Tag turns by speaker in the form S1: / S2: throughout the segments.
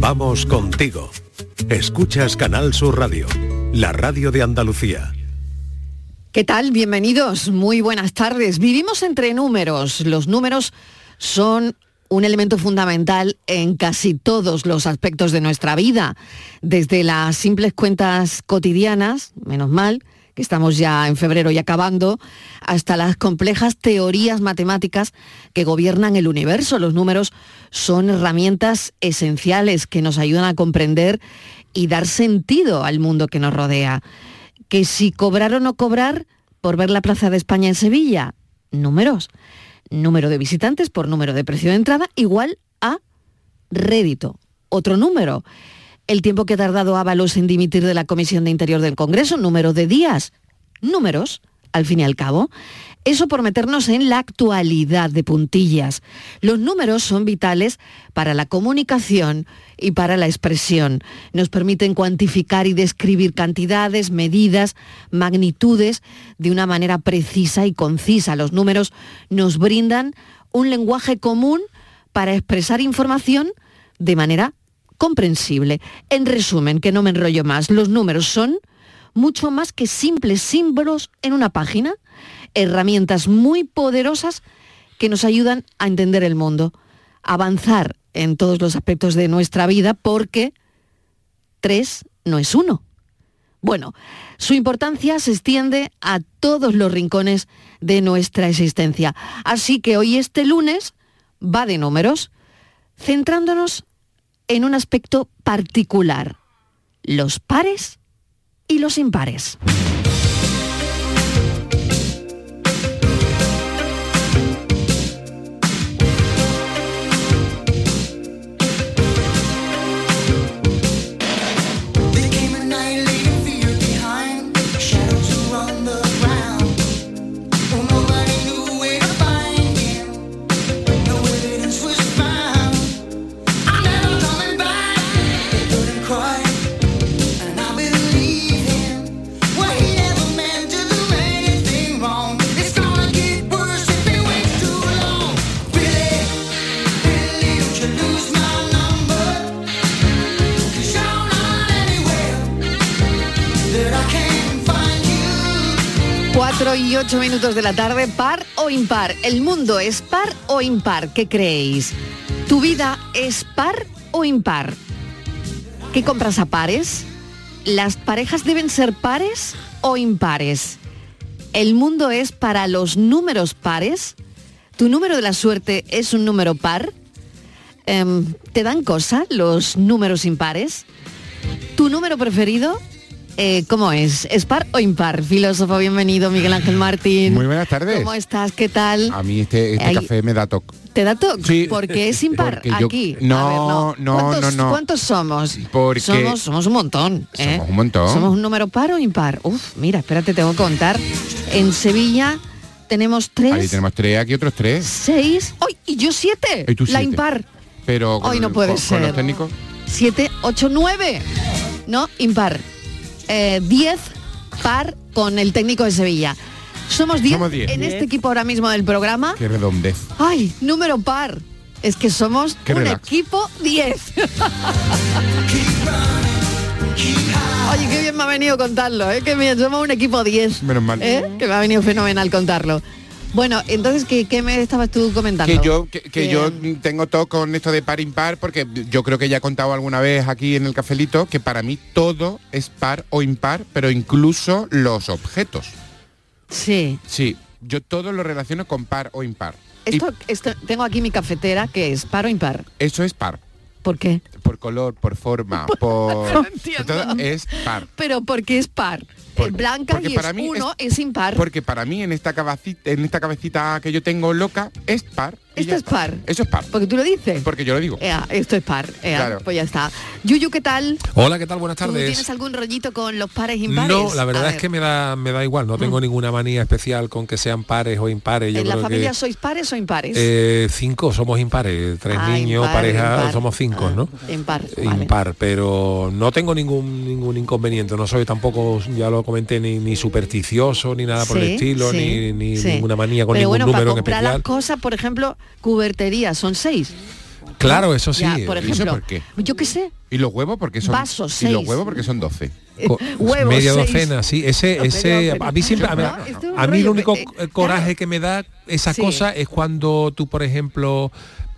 S1: Vamos contigo. Escuchas Canal Sur Radio, la radio de Andalucía.
S2: ¿Qué tal? Bienvenidos, muy buenas tardes. Vivimos entre números. Los números son un elemento fundamental en casi todos los aspectos de nuestra vida, desde las simples cuentas cotidianas, menos mal, que estamos ya en febrero y acabando, hasta las complejas teorías matemáticas que gobiernan el universo. Los números son herramientas esenciales que nos ayudan a comprender y dar sentido al mundo que nos rodea. Que si cobrar o no cobrar por ver la Plaza de España en Sevilla, números. Número de visitantes por número de precio de entrada igual a rédito. Otro número el tiempo que ha tardado Ábalos en dimitir de la Comisión de Interior del Congreso, número de días, números, al fin y al cabo. Eso por meternos en la actualidad de puntillas. Los números son vitales para la comunicación y para la expresión. Nos permiten cuantificar y describir cantidades, medidas, magnitudes de una manera precisa y concisa. Los números nos brindan un lenguaje común para expresar información de manera comprensible. En resumen, que no me enrollo más, los números son mucho más que simples símbolos en una página, herramientas muy poderosas que nos ayudan a entender el mundo, avanzar en todos los aspectos de nuestra vida, porque tres no es uno. Bueno, su importancia se extiende a todos los rincones de nuestra existencia. Así que hoy este lunes va de números, centrándonos en un aspecto particular, los pares y los impares. y 8 minutos de la tarde, par o impar. ¿El mundo es par o impar? ¿Qué creéis? ¿Tu vida es par o impar? ¿Qué compras a pares? ¿Las parejas deben ser pares o impares? ¿El mundo es para los números pares? ¿Tu número de la suerte es un número par? Em, ¿Te dan cosa los números impares? ¿Tu número preferido? Eh, ¿Cómo es? ¿Es par o impar? Filósofo, bienvenido, Miguel Ángel Martín.
S3: Muy buenas tardes.
S2: ¿Cómo estás? ¿Qué tal?
S3: A mí este, este Ay, café me da toque.
S2: ¿Te da toque? Sí. Porque es impar
S3: Porque yo-
S2: aquí.
S3: No,
S2: A ver,
S3: no,
S2: ¿Cuántos,
S3: no, no.
S2: ¿Cuántos somos?
S3: Porque-
S2: Somos, somos un montón. ¿eh?
S3: Somos un montón.
S2: ¿Somos un número par o impar? Uf, mira, espérate, tengo que contar. En Sevilla tenemos tres,
S3: Ahí tenemos tres, aquí otros tres.
S2: seis... ¡Ay! Y yo siete.
S3: Y tú
S2: La
S3: siete.
S2: impar.
S3: Pero
S2: Hoy no puede
S3: con, con
S2: ser.
S3: los técnicos.
S2: 7, 8, 9. No, impar. 10, par con el técnico de Sevilla. Somos 10
S3: Somos diez.
S2: en
S3: Diez.
S2: este equipo ahora mismo del programa.
S3: Qué redondez.
S2: ¡Ay, número par! Es que somos
S3: Qué
S2: un
S3: relax.
S2: equipo 10. Oye, qué bien me ha venido contarlo, ¿eh? Qué bien, somos un equipo 10.
S3: Menos mal.
S2: ¿eh? Que me ha venido fenomenal contarlo. Bueno, entonces, ¿qué, qué me estabas tú comentando?
S3: Que yo, que, que yo
S2: Bien.
S3: tengo todo con esto de par impar porque yo creo que ya he contado alguna vez aquí en el cafelito que para mí todo es par o impar, pero incluso los objetos.
S2: Sí.
S3: Sí, yo todo lo relaciono con par o impar. Y
S2: Esto, esto- tengo aquí mi cafetera, que es par o impar.
S3: eso es par.
S2: ¿Por qué?
S3: Por color, por forma, por...
S2: No entiendo.
S3: todo es par.
S2: Pero porque es par.
S3: Por-
S2: el blanca
S3: porque
S2: y
S3: para
S2: es
S3: mí
S2: uno es, impar.
S3: Porque para mí en esta cabecita, en esta cabecita que yo tengo loca es par. y
S2: Esto
S3: ya
S2: es
S3: está.
S2: par.
S3: Eso es par.
S2: porque tú lo dices. Eh,
S3: Porque yo lo digo.
S2: Ea, esto es par. Ea,
S3: Claro.
S2: Pues ya está. Yuyu, ¿qué tal?
S4: Hola, ¿qué tal? Buenas
S2: ¿Tú tienes
S4: tardes.
S2: algún rollito con los pares impares?
S4: No, la
S2: A
S4: verdad es
S2: ver, Mm.
S4: que me da, me da igual, no tengo ninguna manía especial con que sean pares o impares. Yo
S2: ¿En la
S4: creo
S2: familia
S4: que
S2: sois pares o impares?
S4: eh, cinco somos impares, tres
S2: Ah,
S4: niños,
S2: impar,
S4: pareja,
S2: impar.
S4: somos cinco,
S2: Ah,
S4: ¿no?
S2: Impar.
S4: eh,
S2: vale.
S4: Impar, pero no tengo ningún ningún inconveniente, no soy tampoco, ya lo comenté, ni, ni supersticioso, ni nada por el
S2: Sí,
S4: estilo,
S2: sí,
S4: ni, ni
S2: sí.
S4: ninguna manía con
S2: Pero
S4: ningún
S2: bueno,
S4: número en
S2: para comprar
S4: especial.
S2: las cosas, por ejemplo, cubertería, son seis.
S4: Claro, eso sí.
S2: Ya, por
S3: ¿Y eso
S2: ejemplo,
S3: por qué?
S2: yo qué sé,
S3: ¿Y los huevos porque son
S2: Vasos,
S3: Y los
S2: seis. Eh,
S3: huevos porque son 12.
S4: Co-
S2: Huevos,
S4: media
S2: seis.
S4: docena, sí. Ese,
S2: No,
S4: ese,
S2: media
S4: a
S2: docena.
S4: mí siempre, a mí,
S2: No, esto es un
S4: a mí el
S2: rollo,
S4: único
S2: eh,
S4: eh, coraje que me da esa
S2: Sí.
S4: cosa es cuando tú, por ejemplo,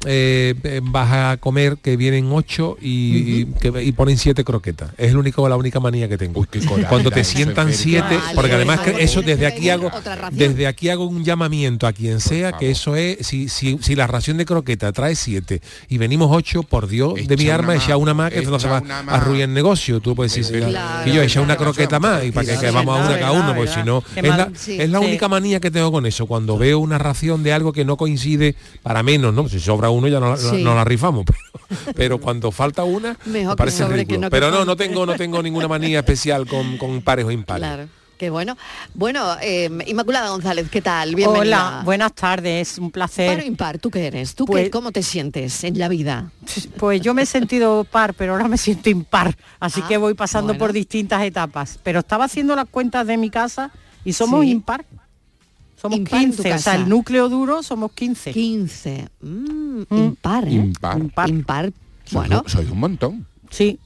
S4: eh, eh, vas a comer que vienen ocho y, y que- y ponen siete croquetas. Es el único, la única manía que tengo.
S3: Uy, qué coraje
S4: cuando
S3: da
S4: te
S3: eso,
S4: sientan
S3: Federica.
S4: siete,
S2: Vale,
S4: porque
S2: por
S4: además que
S2: favor,
S4: eso
S2: tienes
S4: desde
S2: que
S4: aquí hago,
S2: pedir otra ración.
S4: desde aquí hago un llamamiento a quien sea
S3: favor.
S4: que eso es, si, si, si la ración de croqueta trae siete y venimos ocho, por Dios, de mi
S3: Echa
S4: arma,
S3: una
S4: echa
S3: más,
S4: una más que
S3: echa
S4: no se va
S3: una
S4: a
S3: más.
S4: arruinar el negocio, tú puedes decir,
S3: Pero-
S4: "Mira,
S2: Claro,
S4: y yo echa una
S3: claro.
S4: croqueta más y para que,
S3: Claro,
S4: que vamos a una
S5: verdad,
S4: cada uno,
S5: verdad,
S4: pues, porque si
S5: verdad.
S4: no
S5: Qué
S4: es la,
S5: mal, sí,
S4: es la
S5: sí.
S4: única manía que tengo con eso, cuando veo una ración de algo que no coincide para menos, ¿no? Si sobra uno ya no la,
S2: Sí.
S4: no la rifamos, pero, pero cuando falta una
S2: Mejor
S4: me
S2: que
S4: parece
S2: sobre que
S4: ridículo.
S2: no que
S4: pero no, no
S2: falte.
S4: tengo no tengo ninguna manía especial con, con pares o impares.
S2: claro. Qué bueno. Bueno, eh, Inmaculada González, ¿qué tal? Bienvenida.
S5: Hola, buenas tardes, un placer.
S2: Paro impar, ¿tú qué eres? ¿Tú
S5: Pues-
S2: qué, cómo te sientes en la vida?
S5: Pues yo me he sentido par, pero ahora me siento impar, así
S2: Ah,
S5: que voy pasando
S2: bueno.
S5: por distintas etapas. Pero estaba haciendo las cuentas de mi casa y somos
S2: Sí.
S5: impar. Somos
S2: Impar en tu
S5: 15, o sea,
S2: casa.
S5: el núcleo duro somos 15.
S2: 15. Mm, impar, ¿eh?
S3: Impar.
S5: Impar.
S2: Impar.
S3: Sois
S2: Bueno,
S3: un- sois un montón.
S5: Sí,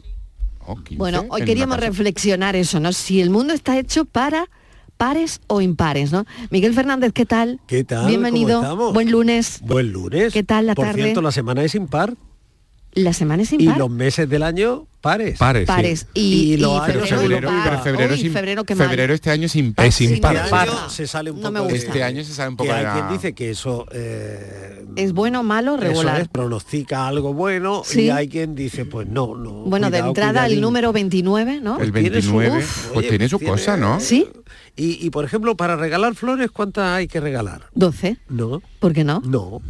S3: Oh, 15
S2: bueno,
S3: en
S2: hoy
S3: una
S2: queríamos
S3: casa.
S2: reflexionar eso, ¿no? Si el mundo está hecho para pares o impares, ¿no? Miguel Fernández, ¿qué tal?
S6: ¿Qué tal?
S2: Bienvenido.
S6: ¿Cómo estamos?
S2: Buen lunes.
S6: Buen lunes.
S2: ¿Qué tal la
S6: Por
S2: tarde?
S6: cierto, la semana es impar
S2: La semana es
S6: y
S2: impar.
S6: los meses del año pares.
S4: Pares. sí.
S2: pares y,
S6: Y lo hay-
S3: Pero
S6: Pero
S3: febrero,
S6: impar.
S3: pero febrero,
S2: Uy,
S3: es im-
S2: febrero, qué mal.
S3: febrero este año es impar.
S4: Es
S2: Sí,
S4: impar.
S6: Este
S2: Impar.
S6: año se sale un
S2: No
S6: poco
S2: me
S6: de-
S2: gusta.
S3: Este año se sabe un poco
S6: que
S3: de
S6: hay
S3: la-
S6: quien dice que eso eh,
S2: ¿Es bueno, malo,
S6: eso
S2: regular?
S6: es, pronostica algo bueno
S2: Sí.
S6: y hay quien dice pues no, no.
S2: Bueno, de
S6: cuidado,
S2: entrada el
S6: cuidadín.
S2: número 29, ¿no?
S3: El
S6: Tiene su-
S3: 29,
S6: Uf.
S3: pues
S6: Oye,
S3: tiene su
S6: tiene-
S3: cosa, ¿no?
S2: ¿Sí?
S6: Y, y, por ejemplo, para regalar flores, ¿cuántas hay que regalar?
S2: 12.
S6: No,
S2: ¿Por qué no?
S6: no.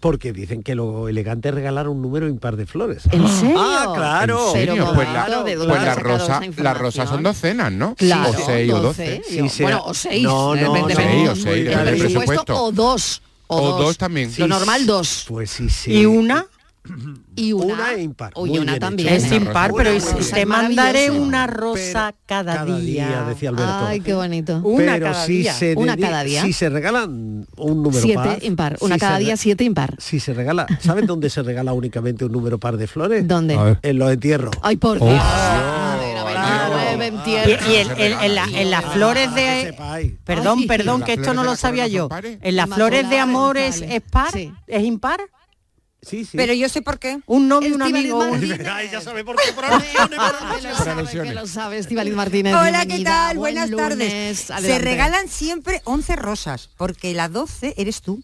S6: Porque dicen que lo elegante es regalar un número impar de flores.
S2: ¿En serio?
S6: Ah, claro.
S3: ¿En serio?
S2: Pero,
S3: Pues la-
S2: Roberto, ¿de dónde
S3: Pues
S2: has
S3: las
S2: sacado esa
S3: rosas las
S2: información?
S3: rosas son docenas, ¿no?
S2: Claro,
S3: o seis o doce.
S2: digo.
S6: Sí, sí,
S2: bueno,
S6: era-
S2: o seis.
S6: No,
S2: de
S6: no,
S2: repente,
S6: no,
S2: depende
S6: o seis,
S2: del
S6: depende del
S3: presupuesto.
S2: O dos. O,
S3: O dos también.
S2: Lo normal dos.
S6: Pues sí, sí.
S5: y una
S2: Y una,
S6: Una e impar.
S2: Uy,
S6: Muy
S2: una
S6: bien hecho.
S2: también. ¿eh?
S5: es
S3: Una
S5: impar,
S3: rosa.
S5: pero
S3: Una
S5: es-
S3: rosa.
S5: te mandaré
S2: Maravilloso.
S5: una rosa cada, día.
S6: decía Alberto.
S2: Ay, qué bonito.
S5: Una
S6: pero
S5: cada
S6: si
S5: día.
S6: se
S2: Una
S6: dedi-
S2: cada día.
S6: Si se regalan un número
S2: siete
S6: par.
S2: impar. Una
S6: si
S2: cada
S6: se re-
S2: día, siete impar.
S6: Si se regala, ¿sabes dónde se regala únicamente un número par de flores?
S2: ¿Dónde?
S4: A ver.
S6: En los entierros. Ah,
S2: Ay, por
S4: Uf.
S2: Dios. A ver, a ver,
S6: Claro.
S2: nueve,
S5: Y,
S2: entierro.
S5: y en, en- en la- en las flores
S7: Ah,
S6: que
S5: de...
S6: sepáis.
S5: Perdón,
S2: Ay.
S5: perdón,
S3: ¿Las
S5: que esto
S3: flores
S5: no
S3: de
S5: lo
S3: la
S5: sabía
S3: corona
S5: yo.
S3: son pares?
S5: En las flores de
S2: Inmaculada,
S5: amor es,
S2: vale.
S5: es par,
S2: Sí.
S5: es impar.
S6: Sí, sí.
S7: Pero yo sé por qué.
S5: Un novio, un
S2: Estíbaliz
S5: amigo, un...
S2: Martínez.
S6: Ay, ya sabes por qué. por alusiones, por
S2: Que lo
S6: alusiones.
S2: sabe, que lo sabe, Estíbaliz Martínez.
S7: Hola, ¿qué
S2: bienvenida.
S7: tal?
S2: Buen
S7: Buenas
S2: lunes.
S7: tardes. Se
S2: Adelante.
S7: regalan siempre 11 rosas, porque la 12 eres tú.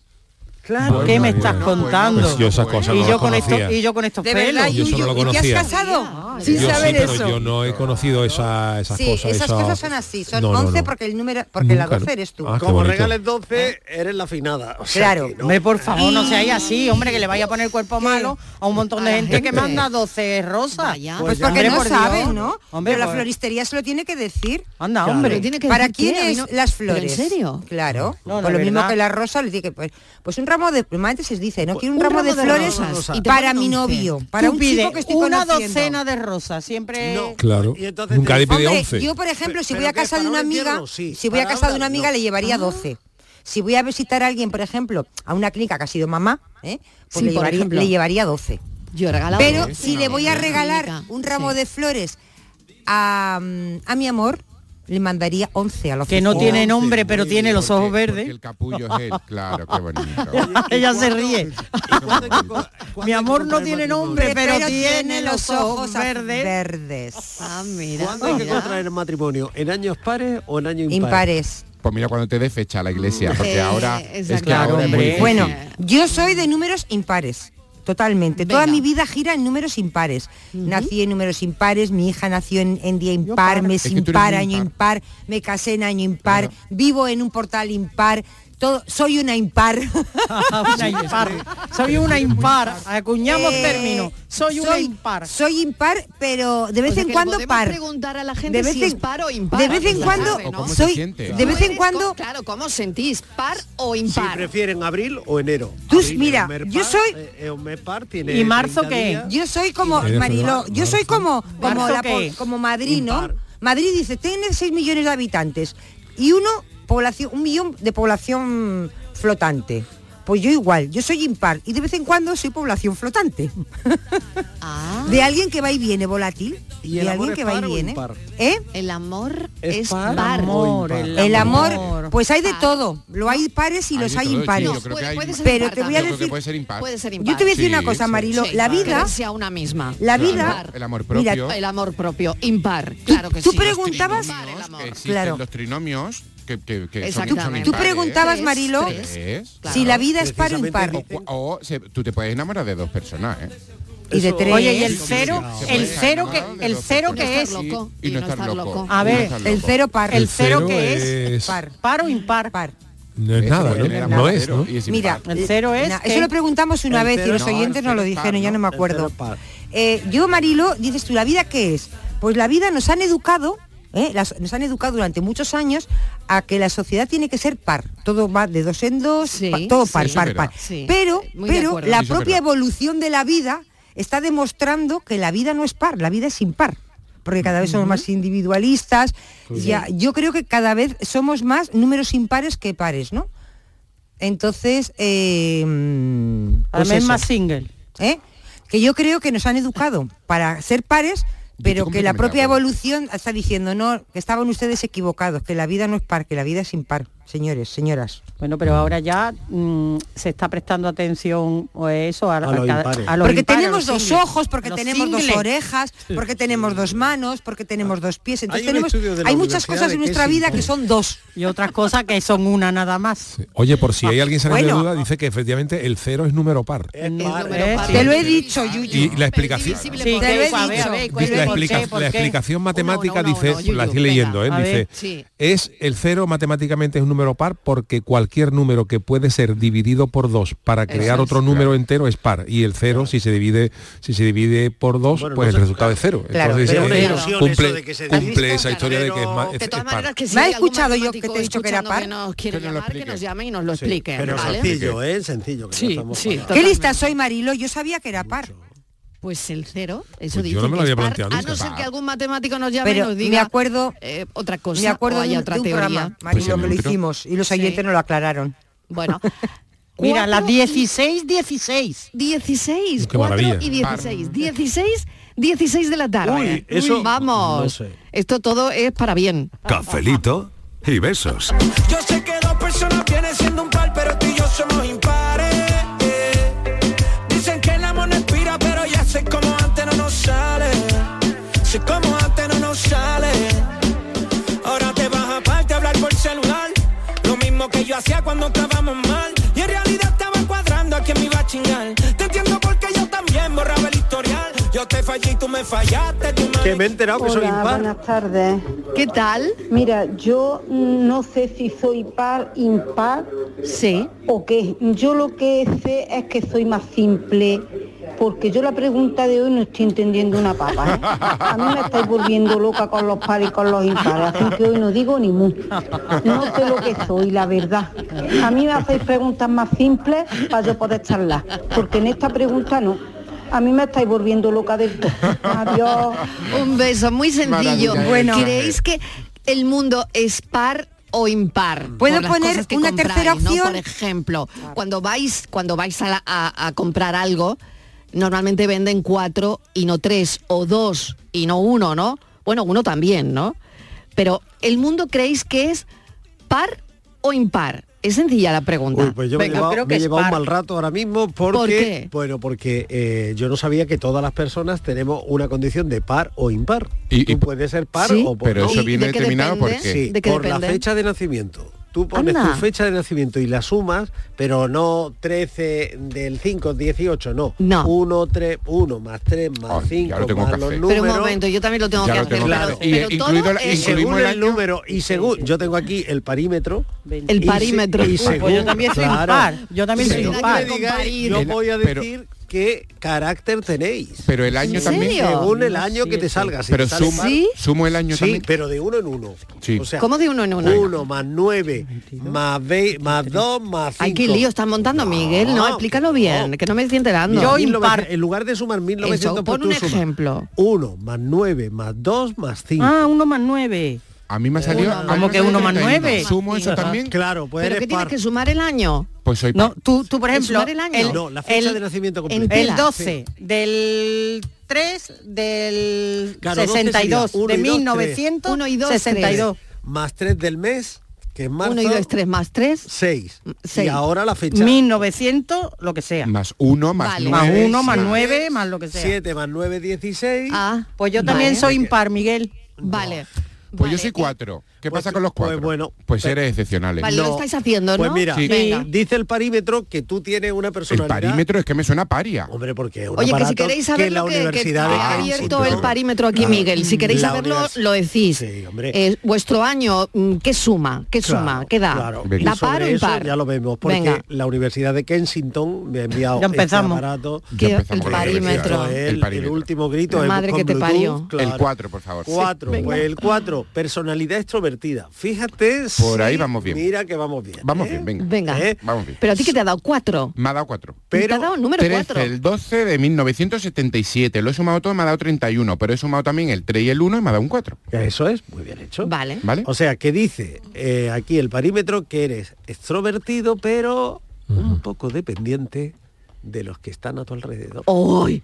S5: Claro, ¿qué me estás
S4: Bueno,
S5: contando?
S4: pues yo esas cosas
S5: y
S4: no
S5: yo
S4: las
S5: con esto
S4: conocía.
S5: y yo con estos
S7: De
S5: pelos.
S7: verdad,
S4: Yo eso no
S7: Yuyu,
S4: lo
S7: ¿y te has
S4: conocía.
S7: casado?
S4: Yo
S7: Sin
S4: sí,
S7: saber
S4: pero
S7: eso.
S4: yo no he conocido esa, esas
S7: Sí,
S4: cosas.
S7: esas
S4: esa-
S7: cosas son así, son
S4: No, no,
S7: 11
S4: no.
S7: porque el número porque la
S4: Nunca,
S7: 12
S4: ¿no?
S7: eres tú.
S4: Ah, qué
S6: Como
S4: bonito.
S6: regales 12, eres la afinada. O sea
S7: Claro.
S6: que no. Ah.
S5: Hombre, por favor, no seáis así, hombre, que le vaya a poner cuerpo malo a un montón de
S2: A la
S5: gente que
S2: gente.
S5: manda 12 rosas.
S2: Vaya.
S7: Pues
S6: Pues ya.
S7: porque
S5: Hombre,
S7: no
S5: por Dios.
S7: saben, ¿no?
S5: Hombre,
S7: Pero la
S5: por-
S7: floristería se lo tiene que decir.
S5: Anda,
S6: Claro.
S5: hombre.
S2: Pero tiene que
S7: ¿Para
S2: decir
S7: quién
S2: qué, a mí
S7: es
S2: no-
S7: las
S2: ¿Pero
S7: flores?
S2: ¿En serio?
S7: Claro.
S5: No, la
S7: Por lo mismo
S5: verdad.
S7: que la rosa, le dije, pues, pues un ramo de normalmente se dice,
S5: Pues
S7: no quiero un,
S2: un
S7: ramo,
S2: ramo
S7: de
S2: de
S7: flores
S2: rosas y te
S7: para
S2: ponen
S7: mi
S2: 11.
S7: novio, para
S5: Tú
S7: un
S5: pide
S7: chico que estoy
S5: una
S7: conociendo.
S5: docena de rosas, siempre
S6: No.
S4: Claro.
S6: Y entonces
S4: Nunca
S6: te
S4: le
S6: dice-
S4: pide
S7: Hombre,
S4: 11.
S7: yo por ejemplo, si
S6: Pe-
S7: voy a
S6: pero que
S7: casa de
S6: para
S7: una
S6: un
S7: amiga,
S6: entierro, sí,
S7: si voy a
S6: para
S7: casa de una
S6: ahora,
S7: amiga
S6: no. Ah.
S7: le llevaría 12. Si voy a visitar a alguien, por ejemplo, a una clínica que ha sido mamá, ¿eh? pues
S2: Sí, por
S7: le, llevaría,
S2: ejemplo.
S7: le llevaría 12.
S2: Yo he regalado.
S7: Pero
S2: dos.
S7: si le voy a
S2: Sí.
S7: regalar un ramo
S2: Sí.
S7: de flores a, mm, a mi amor, le mandaría 11 a los
S5: que no tiene nombre, pero
S6: muy
S5: tiene los
S3: Porque-
S5: ojos
S3: porque
S5: verdes.
S3: el capullo es él, claro, qué bonito.
S5: Ella se ríe. Mi amor no tiene nombre,
S7: Pero,
S5: pero tiene los ojos verdes.
S7: verdes.
S2: Ah, mira.
S6: ¿Cuándo hay que
S2: mira.
S6: contraer el matrimonio? ¿En años pares o en años impares?
S7: Impares.
S3: Pues mira cuando te dé fecha a la iglesia, porque
S2: Eh,
S3: ahora es que
S2: exactamente.
S3: ahora es muy
S5: Hombre.
S3: difícil.
S7: Bueno, yo soy de números impares. Totalmente. Toda
S2: Venga.
S7: mi vida gira en números impares. Nací en números impares, mi hija nació en, en día impar, mes
S3: Es que tú eres
S7: impar,
S3: muy
S7: año impar.
S3: impar.
S7: me casé en año impar, vivo en un portal impar, todo, soy una impar.
S5: una impar. Soy una impar. Acuñamos
S7: Eh,
S5: términos. Soy una impar.
S7: Soy impar, pero de vez
S2: O sea,
S7: en
S2: que le
S7: cuando
S2: podemos
S7: par.
S2: preguntar a la gente si es par o impar,
S7: De vez en
S2: claro,
S7: cuando
S2: ¿no? O
S3: cómo se
S7: soy
S3: siente.
S7: de vez
S2: ¿Tú
S7: en
S2: eres
S7: cuando
S2: co- Claro, ¿cómo os sentís? ¿Par o
S6: Si
S2: impar?
S6: prefieren abril o enero.
S7: Tú-
S6: Abril es
S7: mira,
S6: un mes
S7: yo
S6: par,
S7: soy-
S6: eh, es un mes par, tiene
S5: ¿Y marzo
S6: 30
S5: qué?
S6: días.
S7: Yo soy como
S4: Eres
S7: Mariló,
S4: verdad,
S7: yo soy como como
S5: ¿Marzo
S7: la
S5: qué?
S7: po- como Madrid, ¿no?
S6: Impar.
S7: Madrid dice, tiene 6 millones de habitantes y uno población un millón de población flotante. Pues yo igual, yo soy impar y de vez en cuando soy población flotante.
S2: Ah.
S7: De alguien que va y viene volátil.
S6: ¿Y el
S7: de
S6: amor
S7: alguien
S6: es
S7: que va
S6: par
S7: y
S6: o
S7: viene.
S6: impar?
S7: ¿Eh?
S2: El amor
S6: ¿Es
S2: es,
S6: par?
S2: par.
S5: amor,
S6: El
S7: El amor,
S5: amor.
S7: pues hay de todo. Lo hay pares y
S3: Hay
S7: los
S3: de
S7: hay
S3: todo, sí,
S7: impares.
S3: yo creo que hay
S2: puede ser
S7: Pero
S2: impar
S7: te voy a
S3: Yo creo que
S7: decir-
S3: puede ser impar.
S2: Puede ser
S7: Yo
S2: impar.
S7: te voy a decir
S3: Sí,
S7: una cosa,
S3: sí.
S7: Marilo.
S2: Sí,
S7: la
S2: claro.
S7: vida,
S2: Quererse a una misma.
S7: la vida.
S3: Claro, el amor
S7: mira,
S3: propio.
S2: El amor propio, impar.
S7: Tú-
S2: Claro que
S7: tú
S2: sí.
S7: pregun-
S3: Los
S7: preguntabas-
S3: trinomios,
S2: El amor.
S3: que existen
S7: Claro.
S3: los trinomios que, que- que son- son,
S2: Exactamente.
S7: Tú
S3: impares.
S7: preguntabas,
S2: Tres,
S7: Marilo,
S2: tres.
S3: Tres.
S2: Claro.
S7: si la vida es par o impar.
S6: Precisamente
S3: O- O, se- tú te puedes enamorar de dos personas, ¿eh?
S7: Y de
S6: Eso-
S7: tres.
S5: Oye, y el
S3: Sí, sí,
S5: cero,
S3: sí, sí.
S5: el
S3: Se puede
S5: cero que,
S3: enamorar de
S5: el
S3: dos
S5: cero
S3: personas.
S5: que es
S2: estar loco,
S3: Y no estar loco.
S5: A
S3: Y no
S5: ver,
S3: estar
S7: El
S3: loco.
S7: cero par.
S5: el cero que es
S4: es
S7: par.
S5: par o impar.
S7: par.
S4: No es
S3: Eso
S4: nada,
S3: puede
S4: ¿no?
S3: ser
S4: No
S3: impar,
S4: es,
S3: cero
S4: ¿no?
S3: y es
S7: Mira,
S3: impar.
S5: El cero es
S7: na-
S5: que-
S7: eso lo preguntamos una
S6: el
S7: vez y
S6: cero
S7: los
S6: no, el
S7: oyentes nos
S6: cero
S7: lo
S6: es
S7: dijeron,
S6: par,
S7: ya no
S6: ¿no?
S7: me
S6: El cero
S7: acuerdo.
S6: es par.
S7: Eh, yo, Marilo, dices tú, ¿la vida qué es? Pues la vida nos han educado, ¿eh? Las- nos han educado durante muchos años a que la sociedad tiene que ser par. Todo va de dos en dos,
S2: Sí,
S7: pa- todo
S2: sí.
S7: par,
S3: Eso es
S7: par,
S3: verdad.
S7: par.
S2: Sí, eh,
S7: Pero,
S2: muy de
S7: pero
S2: acuerdo.
S7: la
S3: Eso es
S7: propia
S3: verdad.
S7: evolución de la vida está demostrando que la vida no es par, la vida es impar. Porque cada vez somos más individualistas.
S3: Pues
S7: Ya, yo creo que cada vez somos más números impares que pares, ¿no? Entonces, eh, mm, pues
S5: Además es
S7: eso,
S5: más single.
S7: ¿eh? que yo creo que nos han educado para ser pares, pero
S3: estoy
S7: que la
S3: completamente
S7: propia
S3: de acuerdo.
S7: evolución está diciendo, no, que estaban ustedes equivocados, que la vida no es par, que la vida es impar, señores, señoras.
S5: Bueno, pero ahora ya mm, se está prestando atención o eso a,
S6: A los
S5: cada-
S6: impares.
S5: a los
S7: Porque
S5: impares, a
S7: tenemos
S5: los
S7: dos
S5: singles.
S7: ojos, porque
S5: A los
S7: tenemos dos
S5: singles.
S7: orejas, porque tenemos dos manos, porque tenemos dos pies. Entonces
S6: un
S7: tenemos,
S6: estudio de la
S7: hay muchas
S6: Universidad
S7: cosas
S6: de
S7: en
S6: que
S7: nuestra
S6: es
S7: vida que
S6: impar.
S7: son dos.
S5: Y otras cosas que son una nada más. ¿Eh?
S4: Oye, por si hay alguien saliendo
S7: Bueno.
S4: de duda, dice que efectivamente el cero es número par.
S6: Es
S2: Es
S6: par,
S2: número
S6: es
S5: par.
S6: par.
S7: Te lo he
S3: sí,
S7: dicho,
S3: sí.
S7: Yuyu.
S4: Y la explicación,
S2: Divisible
S5: Sí,
S2: por
S7: te lo he
S2: dos.
S5: a ver, a
S7: dicho.
S5: ver, ¿cuál
S4: dice
S5: es?
S4: la,
S5: ¿Por qué?
S4: explica-
S5: ¿Por
S4: la
S5: qué?
S4: explicación matemática
S2: uno,
S4: dice,
S2: uno, Yuyu,
S4: la estoy
S2: venga.
S4: leyendo, ¿eh?
S5: A
S4: dice,
S5: ver.
S2: Sí.
S4: es el cero matemáticamente es un número par porque cualquier número que puede ser dividido por dos para crear
S2: es.
S4: otro número entero es par y el cero si se divide si se divide por dos
S6: Bueno,
S4: pues
S6: no
S4: el
S6: sé,
S4: resultado
S6: claro.
S4: es cero.
S7: Claro,
S4: Entonces,
S2: pero
S4: eh,
S2: una ilusión
S4: cumple,
S6: eso de que se
S4: cumple
S6: divide por
S4: esa historia de que es, ma- es-
S2: de
S4: es
S2: todas maneras
S4: par.
S2: que si
S7: ¿Me has
S2: hay algún
S7: escuchado yo que te he
S2: matemático
S7: dicho que era
S2: escuchando
S7: par?
S2: que nos quiere
S3: Que nos lo
S2: llamar, que
S3: explique.
S2: nos llame y nos lo
S6: Sí,
S2: explique,
S6: Pero
S2: ¿vale?
S6: sencillo, ¿eh? Sencillo. Que
S2: Sí,
S6: no estamos
S2: sí,
S6: para-
S7: Qué lista
S2: Totalmente.
S7: soy, Marilo. Yo sabía que era par.
S2: Pues el cero, eso
S4: Pues
S2: dice
S4: yo no me lo
S2: que
S4: había
S2: es par,
S4: planteado
S2: A
S4: nunca.
S2: no ser que algún matemático nos llame y
S7: Pero
S2: nos diga
S7: me acuerdo,
S2: eh, otra cosa
S7: me acuerdo
S2: o
S7: de
S2: hay
S7: un,
S2: otra
S7: de un
S2: teoría.
S7: programa, Marilo,
S3: Pues el
S7: que lo
S3: otro.
S7: hicimos y los
S2: Sí.
S7: oyentes nos lo aclararon.
S2: Bueno.
S5: Mira, las
S2: cuatro
S5: 16, 16.
S2: 16,
S4: Qué
S2: 4
S4: maravilla.
S2: y 16. 16, 16 de la tarde.
S6: Uy, eso-
S2: Vamos.
S6: no sé.
S2: Esto todo es para bien.
S8: Cafelito y besos.
S9: Yo sé que dos personas vienen siendo un par, pero tú y yo somos impares. Dicen que el amor no expira, pero ya sé como antes no nos sale. Sé como antes no nos sale. Ahora te vas aparte a hablar por celular. Lo mismo que yo hacía cuando estábamos mal. Y en realidad estaba cuadrando a quien me iba a chingar. Te entiendo porque yo también borraba el historial. Yo te fallé y tú me fallaste, tú me
S6: Que me he enterado que soy
S10: Hola,
S6: impar.
S10: buenas tardes.
S2: ¿Qué tal?
S10: Mira, yo mm, no sé si soy par, impar
S2: Sí.
S10: o qué. Yo lo que sé es que soy más simple, porque yo la pregunta de hoy no estoy entendiendo una papa. ¿eh? A mí me estáis volviendo loca con los pares y con los impares, así que hoy no digo ni mu. No sé lo que soy, la verdad. A mí me hacéis preguntas más simples para yo poder charlar, porque en esta pregunta no. A mí me estáis volviendo loca del todo. Adiós.
S2: Un beso muy sencillo.
S3: Maravilla,
S2: Bueno,
S3: Bueno.
S2: ¿creéis que el mundo es par o impar?
S7: ¿Puedo
S2: Por las
S7: poner
S2: cosas que
S7: una
S2: compráis,
S7: tercera
S2: ¿no?
S7: opción?
S2: Por ejemplo, cuando vais, cuando vais a, la- a- a comprar algo, normalmente venden cuatro y no tres, o dos y no uno, ¿no? Bueno, uno también, ¿no? Pero ¿el mundo creéis que es par o impar? Es sencilla la pregunta.
S6: Uy, pues yo me he
S5: Venga,
S6: llevado,
S5: creo que
S6: me he
S5: es
S6: llevado un
S5: par.
S6: mal rato ahora mismo porque,
S2: ¿Por qué?
S6: bueno, porque eh, yo no sabía que todas las personas tenemos una condición de par o impar.
S3: Y-
S6: Tú
S3: y-
S6: puedes ser par
S2: Sí.
S6: o por
S3: Pero
S6: no.
S2: ¿Y
S3: eso viene
S2: de qué
S3: determinado
S2: depende?
S3: porque
S6: Sí,
S2: ¿De qué
S6: por la
S2: depende?
S6: fecha de nacimiento. Tú pones
S2: Anda.
S6: tu fecha de nacimiento y la sumas, pero no 13 del 5, 18, no.
S2: No.
S6: 1, 3, 1 más 3 más
S3: Ay,
S6: 5
S3: ya lo tengo
S6: más
S3: café.
S6: los
S2: pero un
S6: números.
S2: momento, yo también lo tengo
S3: Ya
S2: que
S3: lo
S2: hacer.
S3: tengo que
S2: pero-
S3: hacer. Y-
S2: pero
S3: eh,
S2: todo
S3: incluido la-
S2: es-
S3: incluido-
S6: según
S3: Incluimos
S6: el,
S3: el año.
S6: número y según yo tengo aquí el parímetro
S5: El
S6: Y se-
S2: parímetro.
S6: y
S2: Uy, pues
S5: Pues yo
S6: según-
S5: también soy
S6: claro.
S5: impar. Yo también soy
S2: Pero-
S6: Según
S5: impar.
S6: me digáis, yo
S3: Pero-
S6: voy a
S3: pero-
S6: decir qué carácter tenéis
S3: Pero el año
S2: ¿En
S3: también.
S2: serio?
S6: según el año que te salga si
S3: Pero
S6: te sale
S3: sumo,
S6: mal,
S2: ¿Sí?
S3: sumo el año
S6: sí,
S3: también.
S6: pero de uno en uno
S3: Sí.
S6: o sea,
S2: ¿Cómo de uno en uno?
S6: 1 más 9 más 2 más 2 más 5
S2: Ay, qué lío estás montando, Miguel. No, explícalo bien, que Ah, no me estoy enterando.
S5: Yo
S6: Mil
S5: impar.
S6: novecientos- en lugar de sumar 1900
S2: Eso, pon un ejemplo.
S6: 1 más 9 más 2 más 5
S5: Ah, uno más nueve.
S3: Ah, A mí me salió...
S2: Uno,
S3: a mí
S2: ¿cómo
S3: me
S2: que
S3: salió
S2: uno más
S3: 31.
S2: nueve?
S3: ¿Sumo eso
S2: Ajá.
S3: también?
S6: Claro, pues
S2: ¿Pero
S6: eres
S2: qué tienes
S6: par.
S2: que sumar el año?
S3: Pues soy
S5: No,
S3: par.
S5: tú, tú por ejemplo,
S2: sumar el año.
S6: No, la fecha de nacimiento completa.
S5: El
S2: Entera.
S5: 12 del 3 del
S6: Claro, 12 sería
S5: 62,
S6: uno
S5: de
S6: y dos, tres.
S5: 1962.
S2: Uno y dos, tres.
S6: Más tres del mes, que es marzo.
S2: 1 y 2 3 más 3.
S6: Seis.
S2: seis.
S6: Y ahora la fecha.
S5: 1900, lo que sea.
S3: Más uno, más
S2: Vale.
S5: Más
S3: nueve.
S5: uno, más
S3: sí.
S5: nueve, más lo que sea.
S6: 7 más 9, 16.
S2: Ah,
S5: Pues yo también
S2: vale.
S5: soy impar, Miguel.
S2: Vale.
S3: Pues yo
S2: Vale.
S3: soy cuatro. ¿Qué
S6: Pues
S3: pasa
S6: tú-
S3: con los
S6: pues
S3: cuatro?
S6: bueno,
S3: Pues
S6: pe-
S3: eres excepcional.
S2: Vale, lo
S6: No.
S2: estáis haciendo,
S6: Pues
S2: ¿no?
S6: mira,
S3: Sí.
S2: Venga.
S6: dice el parímetro que tú tienes una
S3: El
S6: personalidad.
S3: parímetro es que me suena paria.
S6: Hombre, porque es un
S2: Oye, que si
S6: aparato
S2: queréis saber
S6: la
S2: lo que, que
S6: universidad
S2: he
S6: de Cambridge
S2: abierto el
S6: introdujo.
S2: parímetro aquí, Miguel. Si queréis
S6: La
S2: saberlo,
S6: univers-
S2: lo decís.
S6: Sí, hombre.
S2: Eh, vuestro año, mm, ¿qué suma? ¿Qué
S6: Claro,
S2: suma? ¿Qué da?
S6: claro.
S3: Venga.
S2: ¿Da
S6: Y sobre
S2: par o impar?
S6: Eso ya lo vemos, porque
S2: Venga.
S6: la Universidad de Kensington me ha enviado
S5: Ya
S6: este
S5: empezamos.
S6: aparato.
S2: ¿Qué-
S3: empezamos
S2: el
S3: con la universidad.
S2: parímetro.
S6: Esto es
S3: El
S6: el,
S3: parímetro.
S6: último grito.
S2: La
S6: es
S2: madre
S6: con
S2: que te
S6: Bluetooth,
S2: parió.
S6: claro.
S3: El cuatro, por favor.
S6: Cuatro,
S2: Sí, venga.
S6: pues el cuatro, personalidad extrovertida. Fíjate.
S3: Por ahí
S6: si-
S3: vamos bien.
S6: Mira que vamos bien.
S3: Vamos
S6: ¿eh?
S3: bien, venga.
S2: Venga.
S6: ¿Eh?
S3: Vamos bien.
S2: Pero a ti que te ha dado cuatro.
S3: Me ha dado cuatro.
S2: Pero te ha dado el número
S3: 13,
S2: cuatro.
S3: el 12 de 1977. Lo he sumado todo, me ha dado 31, pero he sumado también el 3 y el 1 y me ha dado un 4.
S6: Eso es, muy bien hecho.
S2: Vale.
S3: ¿Vale?
S6: O sea, que dice eh, aquí el parímetro que eres extrovertido, pero
S2: Mm.
S6: un poco dependiente de los que están a tu alrededor.
S2: ¡Uy!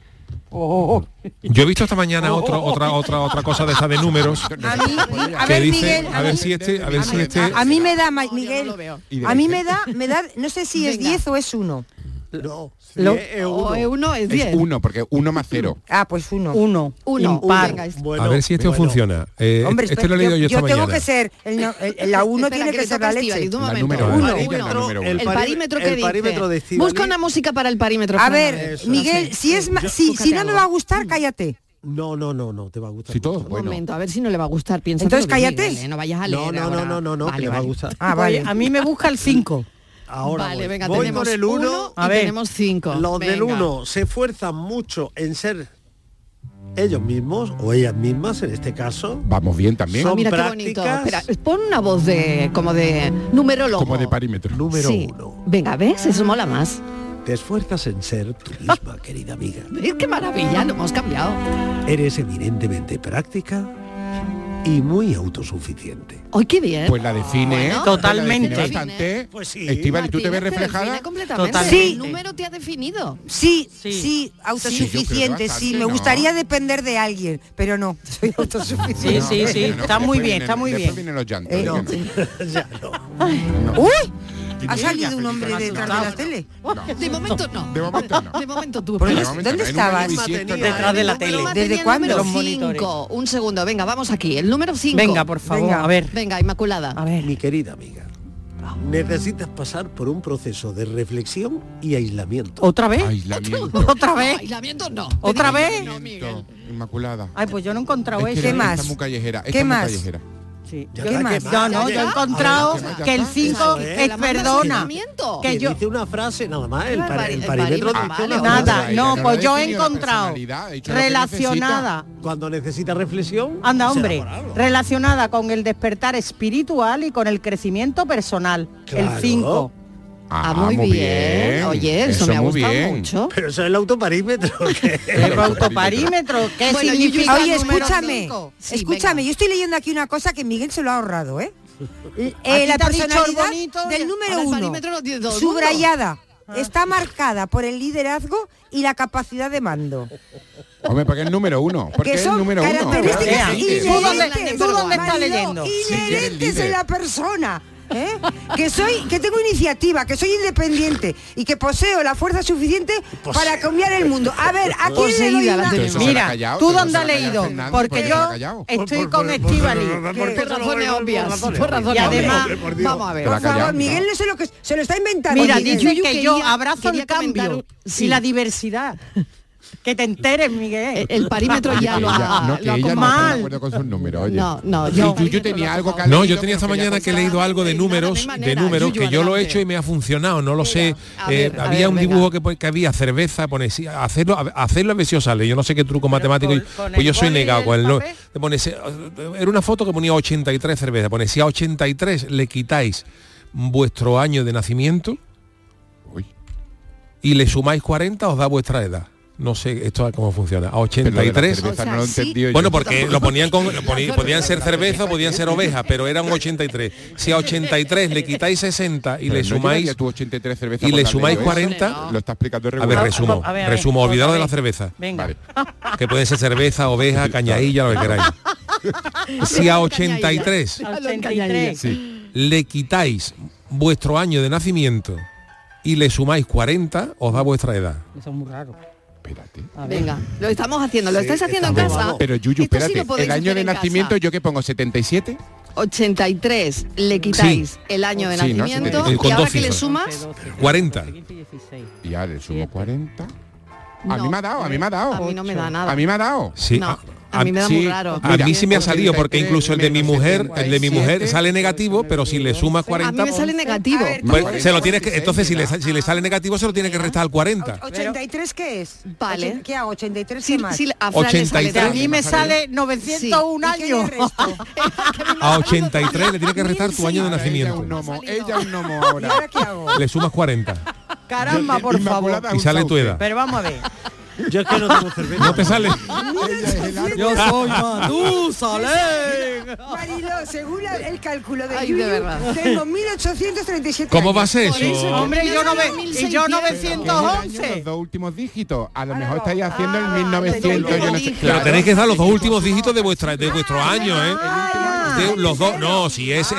S4: Yo he visto esta mañana otro, otra, otra, otra cosa de esa de números.
S7: A mí, a
S4: que
S7: ver,
S4: dice,
S7: Miguel,
S4: a ver si este, a ver si este.
S7: A, a mí me da, Ma-
S2: yo Ah, no
S7: Miguel,
S2: lo veo.
S3: Y de
S7: a mí
S3: gente.
S7: me da, me da, no sé si es
S2: Venga.
S7: 10 o es 1.
S6: No,
S5: Lo-
S6: sí, es uno.
S2: O es uno es diez.
S3: Es 1, porque 1 más 0.
S7: Ah, pues 1.
S5: Uno.
S2: Uno.
S5: Impar.
S2: Venga, es-
S6: Bueno,
S4: a ver si este
S6: bueno.
S4: funciona. Eh,
S7: Hombre,
S4: este
S7: espera,
S4: lo he leído yo, esta
S7: tengo
S4: mañana.
S7: que ser, el no- el- la 1
S2: Espera,
S7: tiene que
S2: le
S7: ser
S2: toca
S7: la
S2: a Estíbaliz,
S7: leche.
S2: un
S3: La
S2: momento.
S3: número
S2: Uno,
S3: uno, ella es la
S2: uno.
S3: número
S2: El
S6: uno.
S2: parímetro que
S6: El parímetro de
S2: dice.
S6: Estíbaliz.
S2: Busca una música para el parímetro.
S7: A
S2: Fernando.
S7: ver,
S6: Eso.
S7: Miguel, si es ma- si, si no me va a gustar, cállate.
S6: No, no, no, no, te va a gustar.
S3: Si todo,
S6: mucho.
S2: Un
S3: bueno.
S2: momento, a ver si no le va a gustar. Piensa
S7: Entonces,
S2: tú, Miguel,
S7: cállate.
S2: ¿eh? No vayas a leer
S6: No, no,
S2: ahora.
S6: no, no, no, no,
S2: Vale,
S6: que le va a
S2: vale.
S6: gustar.
S7: Ah, vale.
S5: Oye, pues, a mí me busca el 5.
S6: Ahora
S2: vale,
S6: voy.
S2: venga,
S6: Voy
S2: tenemos
S6: con el uno.
S2: uno y
S5: A ver.
S2: tenemos cinco.
S6: Los del
S2: Venga.
S6: 1 se esfuerzan mucho en ser ellos mismos o ellas mismas en este caso.
S3: Vamos bien también.
S2: Ah,
S6: Son-
S2: mira qué bonito.
S6: prácticas.
S2: Espera, pon una voz de como de numerólogo.
S3: como de parímetro.
S6: Número
S2: Sí.
S6: 1.
S2: Venga, ¿ves? Eso mola más.
S6: Te esfuerzas en ser tú misma, querida amiga.
S2: ¿Ves qué maravilla? Lo hemos cambiado.
S6: Eres eminentemente práctica y muy autosuficiente.
S2: ¡Ay, qué bien!
S3: Pues la define,
S2: Bueno,
S3: ¿eh?
S5: Totalmente.
S3: Pues la define bastante.
S6: Pues sí.
S3: Estivali, ¿tú te
S2: Martínez
S3: ves
S2: te
S3: reflejada?
S2: define completamente.
S5: Totalmente.
S2: El número te ha definido.
S7: Sí,
S5: Sí.
S7: sí,
S3: Sí, yo creo que
S7: autosuficiente, sí,
S3: bastante,
S7: Me
S3: ¿no?
S7: gustaría depender de alguien, pero no, soy autosuficiente.
S5: Sí, sí, sí,
S3: Bueno,
S5: está
S3: después
S5: muy bien,
S3: vienen-
S5: está muy
S3: después
S5: bien.
S3: vienen los llantos.
S7: Eh,
S3: ¿eh?
S6: No, ya no.
S7: ¡Uy! Ha
S3: Sí,
S7: salido un
S3: Felipe,
S7: hombre
S3: no,
S7: detrás
S3: no,
S7: de la
S3: no.
S7: tele.
S2: De momento no.
S3: De momento no.
S2: De momento tú.
S7: Pero
S2: espera.
S7: no- ¿dónde
S3: De momento, en un
S7: estabas?
S3: año bisiesto, no.
S5: Detrás de la
S2: El
S5: tele.
S2: número
S7: ¿Desde
S2: tenía el
S7: cuándo?
S2: número
S5: Los monitores.
S2: cinco. Un segundo, venga, vamos aquí. El número 5.
S5: Venga, por favor,
S7: Venga.
S5: a ver.
S2: Venga, Inmaculada.
S5: A ver.
S6: Mi querida amiga, necesitas pasar por un proceso de reflexión y aislamiento.
S5: ¿Otra vez?
S3: Aislamiento.
S5: ¿Otra vez?
S2: Aislamiento no.
S5: ¿Otra vez?
S2: No, Miguel.
S3: Inmaculada.
S5: Ay, pues yo no he encontrado
S3: Es que
S5: ese.
S3: la-
S7: más?
S3: Está muy callejera.
S7: ¿Qué
S3: está muy
S7: más?
S3: callejera.
S5: Sí.
S6: Ya
S5: ¿Qué
S6: está,
S5: más?
S6: ¿qué más?
S5: No, no,
S6: Ya
S5: yo he
S6: está.
S5: encontrado
S3: Ya está,
S5: que el
S3: ya está.
S5: 5
S6: Eso es.
S5: es
S2: La manda
S5: perdona.
S2: aislamiento.
S5: Que
S6: Que
S5: yo
S6: dice una frase nada más, el,
S2: Claro,
S6: pari-
S2: el
S6: el parímetro
S2: parímetro,
S6: dice una
S2: vale,
S6: frase.
S5: nada,
S3: Ahí,
S5: no,
S3: no
S5: pues
S3: lo
S5: yo
S3: he
S5: he
S3: definido la
S5: encontrado
S3: personalidad, ha dicho lo que
S5: relacionada.
S6: Cuando necesitas reflexión,
S5: Anda,
S6: será
S5: hombre,
S6: por algo.
S5: relacionada con el despertar espiritual y con el crecimiento personal. El
S6: Claro.
S5: 5.
S2: Ah, muy bien. Oye, eso, me ha
S3: muy
S2: gustado
S3: bien.
S2: mucho.
S6: Pero eso es el autoparímetro. que-
S5: El autoparímetro, ¿qué
S2: Bueno,
S5: significa?
S2: Yuyu,
S7: Oye,
S2: número
S7: escúchame,
S2: cinco. Sí,
S7: escúchame,
S2: venga.
S7: yo estoy leyendo aquí una cosa que Miguel se lo ha ahorrado, ¿eh?
S5: ¿A ti
S7: la
S5: te ha dicho el
S7: personalidad
S5: bonito?
S7: del
S2: Ahora
S7: número
S2: el
S7: uno,
S2: parímetro lo tiene todo el mundo.
S7: subrayada, está marcada por el liderazgo y la capacidad de mando.
S3: Hombre, porque es el número uno. Porque
S7: que
S3: es el
S7: son
S3: número uno.
S7: características
S5: Vea,
S3: Evidente.
S5: ¿Tú dónde-
S7: inherentes,
S5: tú dónde estás
S7: Mariló,
S5: leyendo?
S3: Sí, eres
S7: Inherentes
S3: líder.
S7: en la persona. ¿eh? que soy que tengo iniciativa que soy independiente y que poseo la fuerza suficiente para cambiar el mundo a ver a quién le doy
S2: Poseída la
S7: una-
S2: tenemos.
S3: Eso se la
S5: Mira,
S3: ha callado,
S5: ¿tú
S3: eso
S5: dónde
S3: se la
S5: has
S3: ha callado
S5: leído?
S3: Fernando,
S5: porque
S3: porque
S5: yo
S3: se la ha callado.
S5: estoy con Estivali.
S2: Por razones obvias. Por
S5: Y
S2: razones
S5: además-
S2: obvias. Vamos a ver.
S3: Te la
S7: por favor
S3: callado,
S7: Miguel
S3: no.
S7: no sé lo que se lo está inventando
S5: Mira,
S7: Miguel.
S5: dice
S2: Yuyu
S5: que
S2: quería-
S5: yo abrazo
S2: quería
S5: el
S2: comentar
S5: cambio
S2: un- sí.
S5: y la diversidad. Que te enteres, Miguel.
S2: El- El parímetro
S3: Oye,
S2: ya
S3: que
S2: lo
S3: ella-
S2: ha,
S3: no, que
S2: lo ha
S3: ella
S2: acomodado.
S3: no está de
S5: mal.
S3: acuerdo con sus números, oye.
S2: No, no,
S3: Sí,
S2: yo-
S3: yo, yo tenía algo que ha
S4: No,
S3: leído,
S4: yo tenía esta
S3: pero que ya
S4: mañana que he
S3: contaba.
S4: leído algo de
S2: Nada,
S4: números,
S2: no hay
S4: de
S2: manera.
S4: números,
S2: Yuyu,
S4: que yo lo he
S2: adelante.
S4: hecho y me ha funcionado, no lo sé.
S2: a
S4: Eh,
S2: ver, a
S4: había
S2: ver,
S4: un
S2: venga.
S4: dibujo que, que había cerveza, pone sí, hacerlo, a- hacerlo a ver si os sale. Yo no sé qué truco matemático,
S5: con-
S4: y-
S5: con
S4: pues
S5: el
S4: yo soy
S5: boli y
S4: negado
S5: el
S4: con el no.
S5: papel.
S4: Te pone, se- era una foto que ponía 83 cerveza, pone si a 83 le quitáis vuestro año de nacimiento
S3: Uy,
S4: y le sumáis 40 os da vuestra edad. no sé esto cómo funciona, a
S3: Pero lo de la
S4: 83.
S3: cerveza no lo he entendido yo.
S4: Bueno, porque lo ponían con lo poni- podían ser cerveza, podían ser oveja, pero eran 83. Si a 83 le quitáis 60 y
S3: Pero
S4: le
S3: no
S4: sumáis
S3: llevaría tú 83 cervezas
S4: y
S3: por
S4: le
S3: tarde,
S4: sumáis
S3: ¿no?
S4: 40.
S3: ¿eh? Lo está explicando
S4: A ver, resumo,
S5: A ver, a ver,
S4: resumo,
S5: otra
S4: olvidaros de
S5: vez.
S4: la cerveza,
S5: Venga.
S3: Vale.
S4: que pueden ser cerveza, oveja, cañadilla, lo que queráis. Si a 83
S5: A los
S2: Lo
S5: 83.
S4: le quitáis vuestro año de nacimiento y le sumáis 40, os da vuestra edad.
S5: Eso es muy raro.
S3: Espérate.
S5: A ver.
S2: Venga, lo estamos haciendo, lo estáis haciendo en
S6: estamos-
S2: casa.
S3: Pero
S2: Esto sí
S3: Yuyu, espérate,
S2: lo podéis
S3: el año
S2: hacer
S3: de
S2: en casa.
S3: nacimiento yo que pongo 77,
S2: 83 le quitáis el año de
S3: Sí, ¿no?
S2: nacimiento
S3: 72.
S2: y
S4: Con
S2: ahora
S4: dos
S2: que le
S4: cifras.
S2: sumas
S4: 40.
S5: 15, 16.
S3: y ya le sumo 40. A
S2: No.
S3: mí me ha dado, a mí me ha dado.
S2: A mí no me da nada.
S3: A mí me ha dado.
S4: Sí,
S2: No,
S4: a-
S2: a mí me da muy
S3: sí,
S2: raro.
S4: A mí sí me ha
S3: Mira,
S4: salido porque incluso el de mi mujer, el de mi mujer
S3: 77.
S4: sale negativo, pero si le sumas
S2: A mí
S4: 40,
S2: me sale negativo.
S7: A ver,
S4: pues,
S7: ¿cómo
S4: se lo
S7: es?
S4: tienes que entonces si le, sa- si le sale negativo se lo tiene que restar al 40.
S7: 83 qué es?
S2: Vale.
S7: Ochen- ¿Qué hago? 83
S2: Sí,
S7: qué más.
S2: sí, a Fran le sale
S4: 83.
S5: A mí
S2: también.
S5: me sale
S7: ¿Y
S5: 901
S7: qué
S5: años.
S7: le resto?
S4: A 83 le tiene que restar tu año de
S3: Ahora, Ella un
S4: nacimiento.
S3: gnomo, ella un gnomo
S7: ¿Y
S3: ahora.
S7: ahora qué hago?
S4: Le sumas 40
S5: Caramba, por favor.
S3: Inmaculada
S4: y sale tu
S3: Sauce.
S4: edad.
S5: Pero vamos a ver.
S6: Yo es que no tengo cerveza.
S4: No te sale.
S3: Ella es el árbol.
S5: Yo soy Matusalén.
S7: Marilo, según la- el cálculo de,
S2: Ay,
S7: Yuyu,
S2: de verdad.
S7: tengo 1837
S4: ¿Cómo
S7: años.
S4: va a ser
S2: Por eso,
S4: eso?
S5: Hombre, y yo, no ve, y yo
S3: Pero que es el año,
S5: 911.
S3: Los dos últimos dígitos. A lo
S7: Ah,
S3: mejor estáis haciendo el
S7: ah,
S3: 1900. yo no sé.
S2: Pero
S4: Pero tenéis que dar los dos últimos dígitos de vuestra de vuestro año, ¿eh? De los dos, no, si es eh,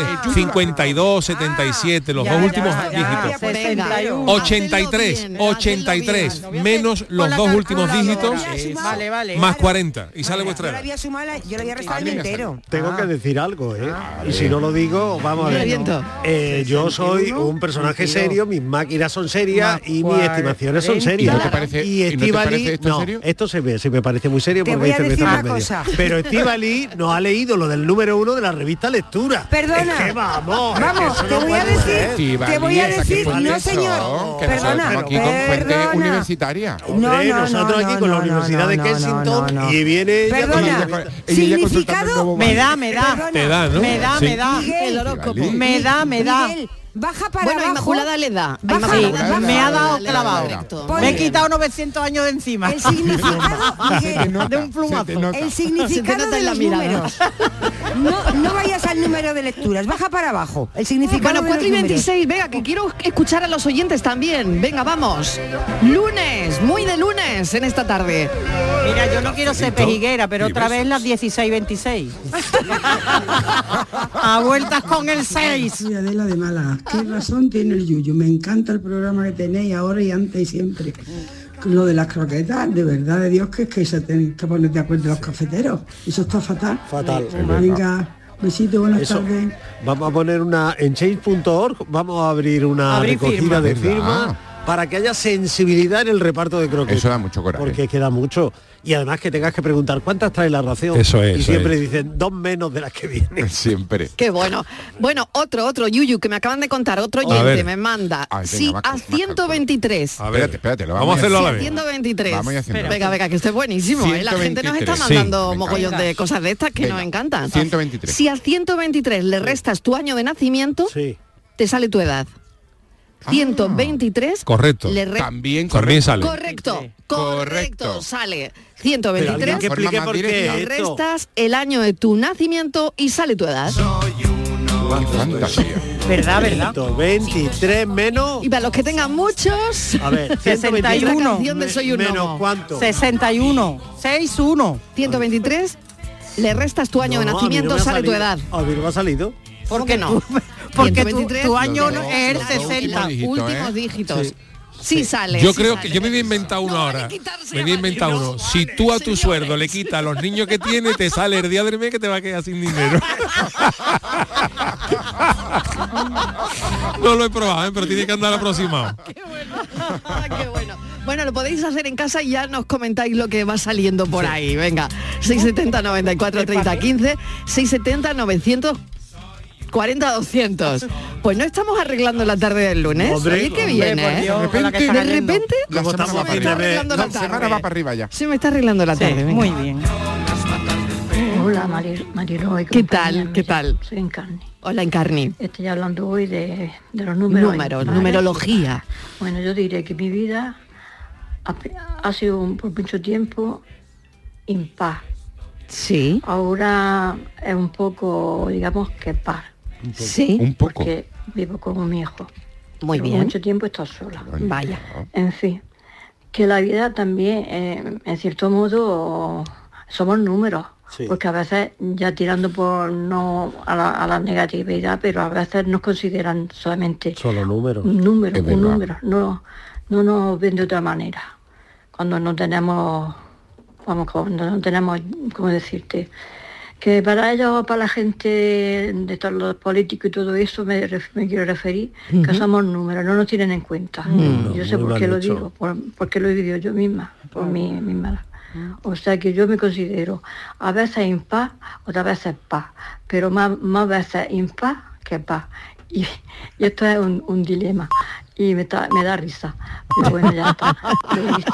S4: 52, 77, los
S5: Ya,
S4: dos
S5: ya,
S4: últimos
S5: ya,
S4: dígitos.
S5: ya,
S7: pues,
S2: Venga,
S7: 61.
S2: hacedlo
S4: 83,
S2: bien, hacedlo
S4: 83,
S2: bien.
S4: menos los
S5: la
S4: dos últimos
S5: calculadora.
S4: dígitos,
S5: Sí, Vale, vale.
S4: más 40, y sale
S7: Yo
S4: vuestra
S7: la
S4: edad. Ah,
S7: había sumado, la- yo la había
S3: A
S7: restado
S3: mí me
S7: entero.
S6: Tengo
S7: Ah.
S6: que decir algo, ¿eh?
S3: Ah,
S6: Y si no lo digo, vamos a
S2: Me
S6: ver.
S2: reviento.
S6: Eh, yo soy
S7: 61,
S6: un personaje
S7: 22.
S6: serio, mis máquinas son serias
S5: Más
S6: y mis estimaciones son
S5: 40.
S6: serias.
S3: ¿Y no te parece- y no te
S6: Estivali-
S3: parece esto
S6: no,
S3: serio?
S6: esto se me, se me parece muy serio
S7: Te
S6: porque
S7: voy
S6: hay
S7: a
S6: cerveza
S7: decir
S6: por
S7: una
S6: medio.
S7: cosa.
S6: Pero Estivali no ha leído lo del número uno de la revista Lectura.
S7: Perdona.
S6: Es que vamos. es que
S7: Vamos,
S6: eso
S7: te
S6: no
S7: voy a
S6: puede
S7: decir,
S6: ser.
S3: Sí,
S7: te voy a
S3: Valía, ¿qué
S7: decir,
S3: fuente
S7: no
S3: son?
S7: señor,
S3: Que nosotros
S7: perdona,
S3: estamos aquí con fuente
S7: perdona.
S3: universitaria.
S6: Hombre,
S7: No, no,
S6: nosotros
S7: no,
S6: aquí con la
S7: no, no,
S6: Universidad de
S7: no, no,
S6: Kensington
S7: no, no.
S6: y viene ella con la-
S7: Perdona,
S3: Ella ya consultando el
S7: significado
S3: nuevo
S5: Me da, me da.
S7: Perdona.
S4: Te da, ¿no?
S5: Me da,
S4: Sí.
S5: me da.
S7: Miguel,
S2: El horóscopo.
S3: Miguel.
S5: Me da, me da.
S7: Miguel, baja para
S2: Bueno, a
S7: abajo.
S2: Inmaculada le da. a
S7: Baja,
S2: Inmaculada
S5: Sí,
S2: le
S3: baja,
S5: me ha dado
S2: le da
S5: clavado.
S2: perfecto.
S7: Pon-
S5: Me he
S7: Ponle.
S5: quitado 900 años de encima.
S7: El significado,
S3: Se te
S7: Miguel,
S3: nota,
S5: De un plumazo.
S3: se te nota.
S7: el significado
S2: nota
S7: de
S2: en la
S7: los
S2: mirada.
S7: números. No, no vayas al número de lecturas, baja para abajo. El significado
S2: Bueno,
S7: de
S2: 4 y
S7: los números.
S2: 26, venga, que quiero escuchar a los oyentes también. Venga, vamos. Lunes, muy de lunes en esta tarde.
S5: Mira, yo no quiero ser pejiguera, pero otra
S4: Diversos.
S5: vez las 16.26. A vueltas con el 6.
S11: Soy Adela de Málaga. ¿Qué razón tiene el Yuyu? Me encanta el programa que tenéis ahora y antes y siempre. Lo de las croquetas, de verdad de Dios que es que se tenéis que poner de acuerdo los cafeteros. Eso está fatal.
S6: Fatal.
S11: Venga, besito, buenas
S6: Eso.
S11: tardes.
S6: Vamos a poner una en change.org, vamos a abrir una
S5: Abrir
S6: recogida
S5: firmas.
S6: de
S3: ¿Verdad?
S6: firmas para que haya sensibilidad en el reparto de croquetas.
S3: Eso da mucho coraje.
S6: Porque queda mucho. Y además que tengas que preguntar cuántas trae la ración.
S4: Eso es,
S6: Y
S4: eso
S6: siempre
S4: es.
S6: dicen dos menos de las que vienen.
S3: Siempre.
S2: Qué bueno. Bueno, otro, otro, Yuyu, que me acaban de contar, otro oyente
S4: ver.
S2: me manda.
S3: Ay, venga,
S2: sí,
S3: va,
S2: a
S3: va,
S2: 123.
S4: A
S3: Espérate, espérate, lo
S4: vamos a hacerlo a la
S3: ver.
S4: vez.
S2: 123.
S3: Vamos y haciendo.
S2: Venga, venga, que esto es buenísimo. ¿eh? La gente nos está
S3: 123.
S2: mandando
S3: Sí, venga.
S2: mogollón de cosas de estas que
S3: Venga.
S2: nos encantan.
S3: 123.
S2: Si al 123 le restas tu año de nacimiento,
S6: Sí.
S2: te sale tu edad. 123.
S4: Correcto.
S2: Le re-
S3: También
S4: También sale.
S2: Correcto, correcto,
S3: Correcto.
S2: Sale
S6: Pero alguien que
S2: 123.
S3: Forma
S6: explique
S3: más
S6: por
S3: directa.
S6: qué
S2: Le
S6: esto.
S2: restas el año de tu nacimiento y sale tu edad.
S6: pues.
S3: Fantasía.
S5: ¿Verdad, verdad?
S6: 123 menos.
S2: Y para los que tengan muchos,
S6: A
S5: 61.
S6: ver, 123
S2: La canción de Soy un
S6: menos
S2: gnomo.
S6: cuánto.
S5: 61. 61.
S2: 123, le restas tu año
S6: No, a mí
S2: de
S6: no me
S2: nacimiento,
S6: ha
S2: sale tu
S6: salido.
S2: edad.
S6: A mí no me ha salido.
S2: ¿Por qué no?
S5: Porque tu,
S2: 123.
S5: tu año
S3: Los dos,
S5: es el
S3: los dos últimos
S5: 60.
S3: dígitos. dígito,
S2: últimos
S3: ¿eh?
S2: dígitos. Sí, sale.
S4: Yo
S2: sí
S4: creo
S2: sale.
S4: que yo me había inventado uno
S2: No vale
S4: ahora.
S2: quitarse,
S4: Me había
S2: vale,
S4: inventado
S2: no
S4: uno.
S2: vale,
S4: Si tú a tu
S2: señores.
S4: sueldo le quitas a los niños que tiene, te sale el día del mes que te va a quedar sin dinero. No lo he probado, ¿eh? pero tiene que andar aproximado.
S2: Qué bueno. Qué bueno. Bueno, lo podéis hacer en casa y ya nos comentáis lo que va saliendo por ahí. Venga, 670 94 30 15, 670 900 40 200. Pues no estamos arreglando la tarde del lunes.
S6: Hombre,
S2: Oye, qué
S6: hombre,
S2: bien,
S5: por
S2: ¿eh?
S5: Dios,
S3: De
S5: con la que está
S2: De
S5: cayendo.
S2: repente
S3: La
S6: Como
S3: semana
S6: estamos
S3: va
S6: a
S3: para
S6: fin de
S3: arriba.
S6: mes.
S2: Arreglando la
S3: La semana
S2: tarde.
S3: va para arriba ya.
S2: se me está arreglando la
S5: Sí,
S2: tarde. venga.
S5: muy bien.
S12: Hola, Mari- Mariló. y
S2: ¿Qué
S12: compañía,
S2: tal? ¿Qué
S12: mira,
S2: tal?
S12: Soy Encarni.
S2: Hola, Encarni.
S12: Estoy hablando hoy de, de los números.
S2: Números,
S12: impares.
S2: numerología.
S12: Bueno, yo diré que mi vida ha, ha sido un- por mucho tiempo impar.
S2: Sí.
S12: Ahora es un poco, digamos que par.
S2: Un poco. Sí. Un poco.
S12: Porque vivo con mi hijo.
S2: Muy
S12: Llevo
S2: bien.
S12: Mucho tiempo he estado sola.
S2: Vaya.
S12: En fin, que la vida también, eh, en cierto modo, somos números.
S13: Sí.
S12: Porque a veces, ya tirando por no a la, a la negatividad, pero a veces nos consideran solamente
S6: Solo números.
S12: un número,
S6: Es
S12: un
S6: verdad.
S12: número. No, no nos ven de otra manera. Cuando no tenemos, vamos, cuando no tenemos, ¿cómo decirte? Que para ellos, para la gente de todos los políticos y todo eso, me, ref- me quiero referir, que
S14: Ujú.
S12: somos números, no nos tienen en cuenta.
S14: Mm.
S12: yo sé
S14: Muy
S12: por qué
S14: mal
S12: lo
S14: hecho.
S12: digo, por- porque lo he vivido yo misma, por mí misma. O sea que yo me considero a veces impar, otras veces paz, pero más, más veces impar que paz. Y, y esto es un, un dilema y me, ta- me da risa. Pero bueno, ya está. Lo he visto.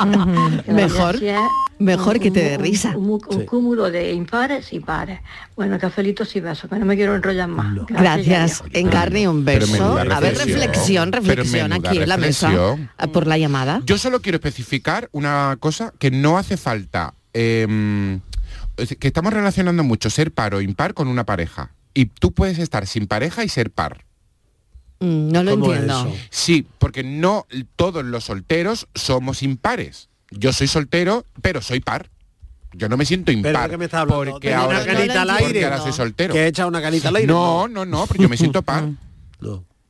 S12: Que la vida
S2: Mejor-
S12: así es,
S2: mejor que te dé
S12: un-
S2: risa.
S12: Un, un
S2: Sí.
S12: cúmulo de impares y pares. Bueno, cafelitos y besos, que no me quiero enrollar más.
S2: Gracias, encarne un
S3: Pero
S2: beso.
S3: menuda
S2: A ver,
S3: reflexión.
S2: reflexión,
S3: Pero
S2: reflexión
S3: menuda
S2: aquí en la mesa.
S3: reflexión.
S2: Ah, Por la llamada.
S3: Yo solo quiero especificar una cosa que no hace falta, eh, es que estamos relacionando mucho ser par o impar con una pareja. Y tú puedes estar sin pareja y ser par.
S2: Mm, No lo entiendo.
S3: Sí, porque no todos los solteros somos impares. Yo soy soltero, pero soy par. Yo no me siento impar.
S6: ¿Pero de qué me estás hablando?
S3: porque
S6: ¿De una
S3: ahora,
S6: canita al aire?
S3: porque ahora soy
S6: No.
S3: soltero.
S6: ¿Que he echado una canita al aire?
S3: No, no, no, pero yo me siento par.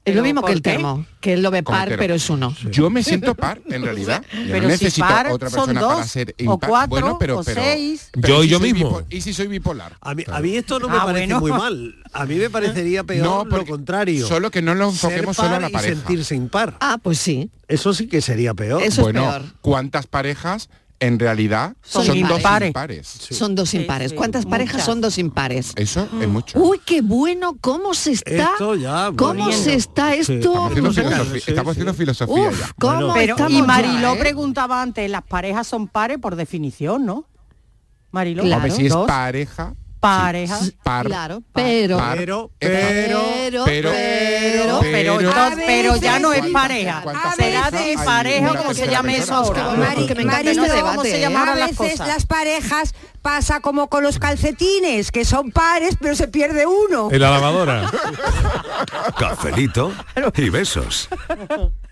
S2: Es
S3: Pero
S2: lo mismo que el
S3: ¿por qué?
S2: termo, que él lo ve
S3: Como
S2: par,
S3: hetero.
S2: pero es uno.
S3: Yo me siento par, en realidad. Yo no
S2: Pero si
S3: necesito
S2: par
S3: otra
S2: son
S3: persona
S2: dos,
S3: para ser
S2: o
S3: impar.
S2: cuatro,
S3: bueno, pero,
S2: o
S3: pero-
S2: seis.
S3: pero
S4: Yo-
S3: si
S4: yo
S3: soy
S4: mismo.
S3: bipo- ¿Y si soy bipolar?
S6: A mí, a mí esto no me
S3: Ah,
S6: parece
S3: bueno.
S6: muy mal. A mí me parecería peor
S3: No,
S6: lo contrario.
S3: solo que no lo
S6: Ser
S3: enfoquemos solo a
S6: par
S3: la pareja.
S6: Y sentirse impar.
S2: Ah, pues sí.
S6: Eso sí que sería peor.
S3: bueno, ¿cuántas parejas en realidad
S2: Son
S3: son,
S2: impares.
S3: dos impares?
S2: Son dos impares. ¿Cuántas parejas son dos impares?
S3: Eso es mucho.
S2: Uy, qué bueno, cómo se Mm. está.
S3: Esto ya,
S2: ¿Cómo
S3: bueno.
S2: se está
S3: Sí,
S2: esto?
S3: estamos haciendo
S2: Bueno,
S3: filosofía, estamos haciendo filosofía
S2: Uf,
S3: ya.
S2: ¿cómo
S5: Pero,
S2: estamos
S5: y
S2: ya,
S5: Mariló
S2: eh?
S5: preguntaba antes, las parejas son pares por definición, ¿no? Mariló.
S3: Hombre, si es
S5: Dos.
S3: pareja,
S5: Pareja.
S3: sí, par,
S5: Claro,
S2: pero,
S3: par,
S5: pero,
S3: pero,
S5: pero,
S3: pero,
S5: pero, pero, entonces- pero ya no es pareja.
S7: ¿Cuántas
S5: Será
S7: parejas
S5: de
S7: hay
S5: pareja,
S7: una
S5: como se
S7: tercera
S5: llame eso
S7: persona?
S5: ahora.
S7: Mari-
S5: Porque me encanta
S7: Marilo,
S5: este debate, ¿eh?
S7: a
S5: Ahora las
S7: veces
S5: cosas.
S7: las parejas pasa como con los calcetines, que son pares, pero se pierde uno.
S1: En la lavadora. Cafelito y besos.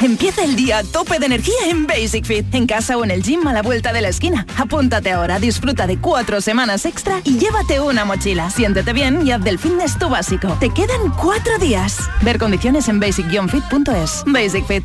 S15: Empieza el día a tope de energía en Basic Fit, en casa o en el gym a la vuelta de la esquina. Apúntate ahora, disfruta de cuatro semanas extra y llévate una mochila. Siéntete bien y haz del fitness tu básico. Te quedan cuatro días. Ver condiciones en basic-fit.es. Basic Fit.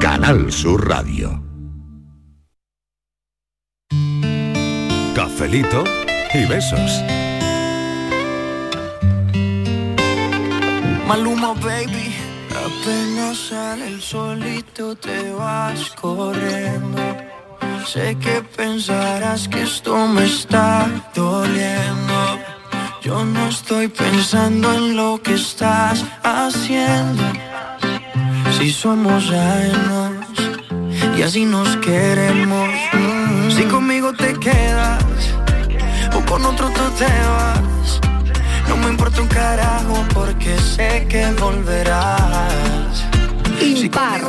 S1: Canal Sur Radio. Cafelito y besos.
S9: Maluma, baby. Apenas sale el solito te vas corriendo. Sé que pensarás que esto me está doliendo. Yo no estoy pensando en lo que estás haciendo. Si somos años y así nos queremos. Mm. Si conmigo te quedas o con otro tú te vas. No me importa un carajo porque sé que volverás.
S2: Impar.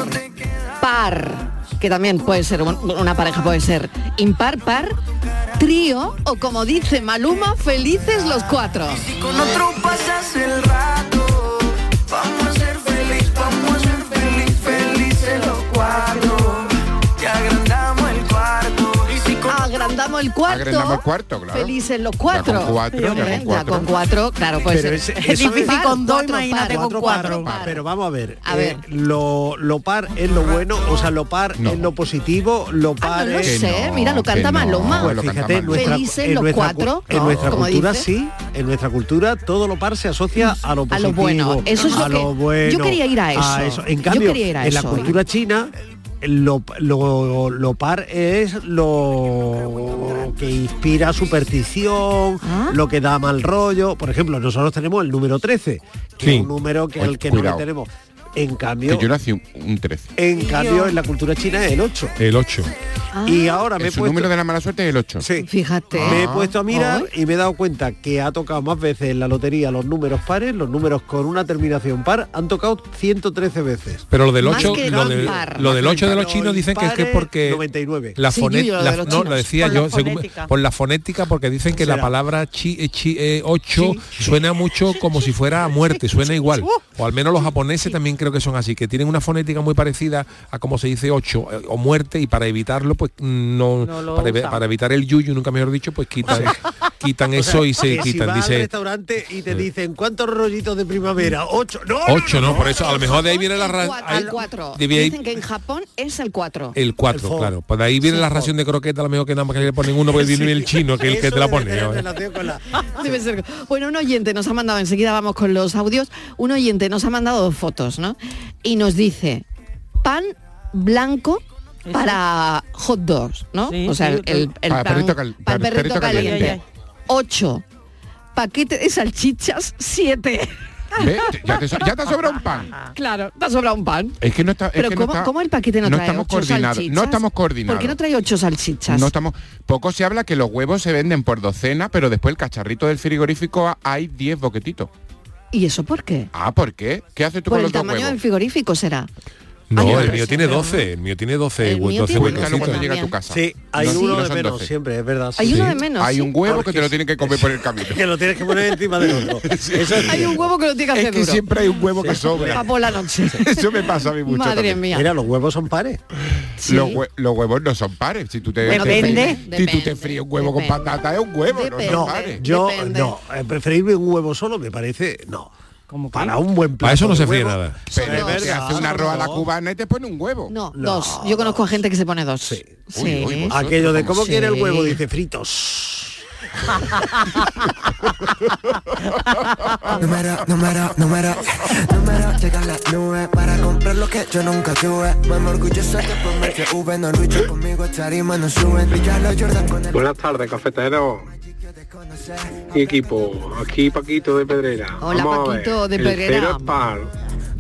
S2: Par. Que también puede ser, un- una pareja puede ser impar, par, trío o como dice Maluma, felices los cuatro.
S9: Con otro pasas el rato. Vamos a ser feliz, vamos a ser feliz, felices los cuatro. Te agrandamos el cuarto. Y si con
S2: Agrandamos agrandamos el cuarto.
S3: Agrandamos el cuarto, claro.
S2: Felices los cuatro.
S3: Ya con cuatro, ya con
S2: Hombre,
S3: cuatro.
S2: con cuatro, claro, pues
S6: Pero ese- eso es-
S2: par, cuatro par.
S6: Cuatro par, Pero vamos a ver,
S2: A
S6: eh,
S2: ver.
S6: Lo, lo par es lo bueno, o sea, lo par es lo positivo, lo par
S2: Ah, no lo
S6: es...
S2: sé, mira, lo canta Maloma.
S6: Pues
S2: Lo canta
S6: fíjate, en
S2: Maloma.
S6: nuestra,
S2: Felices
S6: en
S2: los
S6: nuestra cu-
S2: cuatro,
S6: en
S2: ¿no?
S6: nuestra
S2: Como
S6: cultura
S2: dice.
S6: sí, en nuestra cultura todo lo par se asocia a lo
S2: A
S6: positivo,
S2: lo bueno, eso es lo
S6: a
S2: que- yo
S6: bueno,
S2: quería ir a eso.
S6: En
S2: Yo
S6: cambio,
S2: quería ir a
S6: en la
S2: eso. ¿eh?
S6: cultura china... Lo, lo- lo par es lo que inspira superstición,
S2: Ah.
S6: lo que da mal rollo. Por ejemplo, nosotros tenemos el número 13, que
S3: Sí.
S6: es un número que
S3: Oye,
S6: el que
S3: cuidado.
S6: no le tenemos. En
S3: Que
S6: cambio,
S3: yo nací un, un 13.
S6: en cambio, en la cultura china es el 8.
S4: El 8.
S6: Y ahora me he
S3: Su
S6: puesto-
S3: número de la mala suerte es el 8.
S6: Sí.
S2: Fíjate.
S6: Me
S4: Ah.
S6: he puesto a mirar y me he dado cuenta que ha tocado más veces en la lotería los números pares, los números con una terminación par, han tocado 113 veces.
S4: Pero lo del 8, lo, del- lo del 8 de los chinos dicen que es que es porque
S6: 99.
S4: la
S6: Sí, yo
S4: foné-
S6: digo lo
S4: la-
S6: de los
S4: no, lo
S6: chinos.
S4: decía
S6: Por la
S4: yo, según-
S6: fonética.
S4: por la fonética porque dicen que la
S6: Será.
S4: palabra chi, 8 suena mucho como si fuera a muerte, suena igual.
S6: Uh.
S4: O al menos los japoneses también creo que son así, que tienen una fonética muy parecida a como se dice 8 o muerte y para evitarlo pues no,
S6: No lo
S4: para, evi-
S6: usan.
S4: para evitar el yuyu, nunca mejor dicho, pues quitan quitan
S6: O sea,
S4: eso y se
S6: que si
S4: quitan,
S6: vas al
S4: dice
S6: restaurante y te dicen cuántos rollitos de primavera, 8. No,
S4: 8, no, por eso a lo mejor de ahí viene la ra-
S2: Cuatro,
S4: ahí-
S2: al cuatro.
S4: de ahí-
S2: Dicen que en Japón es el cuatro.
S4: El 4,
S6: fo.
S4: claro. Por ahí viene
S2: Sí,
S4: la
S2: fo.
S4: ración de croqueta, a lo mejor que nada más que le ponen uno porque viene el chino, que el que te la pone. ¿no?
S2: Ah, Debe ser. Bueno, un oyente nos ha mandado, enseguida vamos con los audios, un oyente nos ha mandado dos fotos, ¿no? Y nos dice, pan blanco para hot dogs, ¿no?
S5: Sí,
S2: o sea,
S5: sí,
S2: el, el
S5: para
S2: pan,
S5: perrito cal-
S2: pan
S5: para
S2: perrito
S5: perrito
S2: caliente.
S5: caliente.
S2: Ocho. Paquete de salchichas, siete.
S3: Ve, Ya te, so- ya te ha sobrado un pan.
S2: claro, te ha sobrado un pan.
S3: Es que no está. es
S2: Pero
S3: que no
S2: ¿cómo,
S3: está-
S2: cómo el paquete no,
S3: no
S2: trae
S3: estamos
S2: ocho
S3: coordinados, no
S2: salchichas?
S3: estamos coordinados.
S2: ¿Por qué no trae ocho salchichas?
S3: No estamos. Poco se habla que los huevos se venden por docena, pero después el cacharrito del frigorífico ha- hay 10 boquetitos.
S2: ¿Y eso por qué?
S3: Ah, ¿por qué? ¿Qué haces tú
S2: Por
S3: con
S2: el
S3: los dos
S2: tamaño
S3: huevos?
S2: del frigorífico será. Ay,
S4: No,
S2: yo
S4: el
S2: no
S4: mío
S2: sé,
S4: tiene
S2: pero
S4: 12, el mío tiene 12,
S2: El mío
S4: hue- 12
S2: tiene
S3: Cuéntalo cuando
S4: huecositos.
S3: llegue a tu casa.
S6: Sí, hay
S3: No-
S6: uno
S3: no
S6: de
S3: son
S6: menos
S3: 12.
S6: siempre, es verdad.
S2: Hay uno de menos,
S3: Hay
S2: sí.
S3: un huevo que
S6: Porque
S3: te lo tienen que comer por el camino.
S6: Que lo tienes que poner encima del otro. Eso sí.
S2: Hay un huevo que lo tiene que hacer
S3: Es que
S2: duro.
S3: siempre hay un huevo que
S2: Pa'
S3: sobra.
S2: por la noche.
S3: Eso me pasa a mí mucho.
S2: Madre
S3: también.
S2: mía.
S6: Mira, los huevos son pares.
S3: Los, hue- los huevos no son pares. Si tú te,
S6: Bueno,
S3: te-
S6: depende.
S3: Si tú te fríes un huevo con patata, es un huevo, no son
S6: No,
S3: pares.
S6: yo no, eh, preferirme un huevo solo me parece no. Para un buen plato.
S4: Para eso no
S6: de
S4: se fríe
S6: huevo,
S4: nada.
S3: Pero
S6: de
S3: te
S6: verdad,
S3: hace una
S6: no,
S3: roa a la
S6: no.
S3: cubana y te pone un huevo.
S2: No, dos. Yo conozco a gente que se pone dos. Sí.
S3: Uy, uy, pues, vosotros,
S6: Aquello de cómo
S2: Sí.
S6: quiere el huevo, dice fritos.
S13: Número, número, número, número, llega la nube para comprar lo que yo nunca tuve. Mami orgullosa que por más que V no lucha conmigo, tarima no suben. Brillar los Jordan con el
S14: Buenas tardes, cafetero y equipo. Aquí Paquito de Pedrera.
S2: Hola,
S14: Vamos a ver,
S2: Paquito de
S14: el
S2: Pedrera.
S14: cero es par,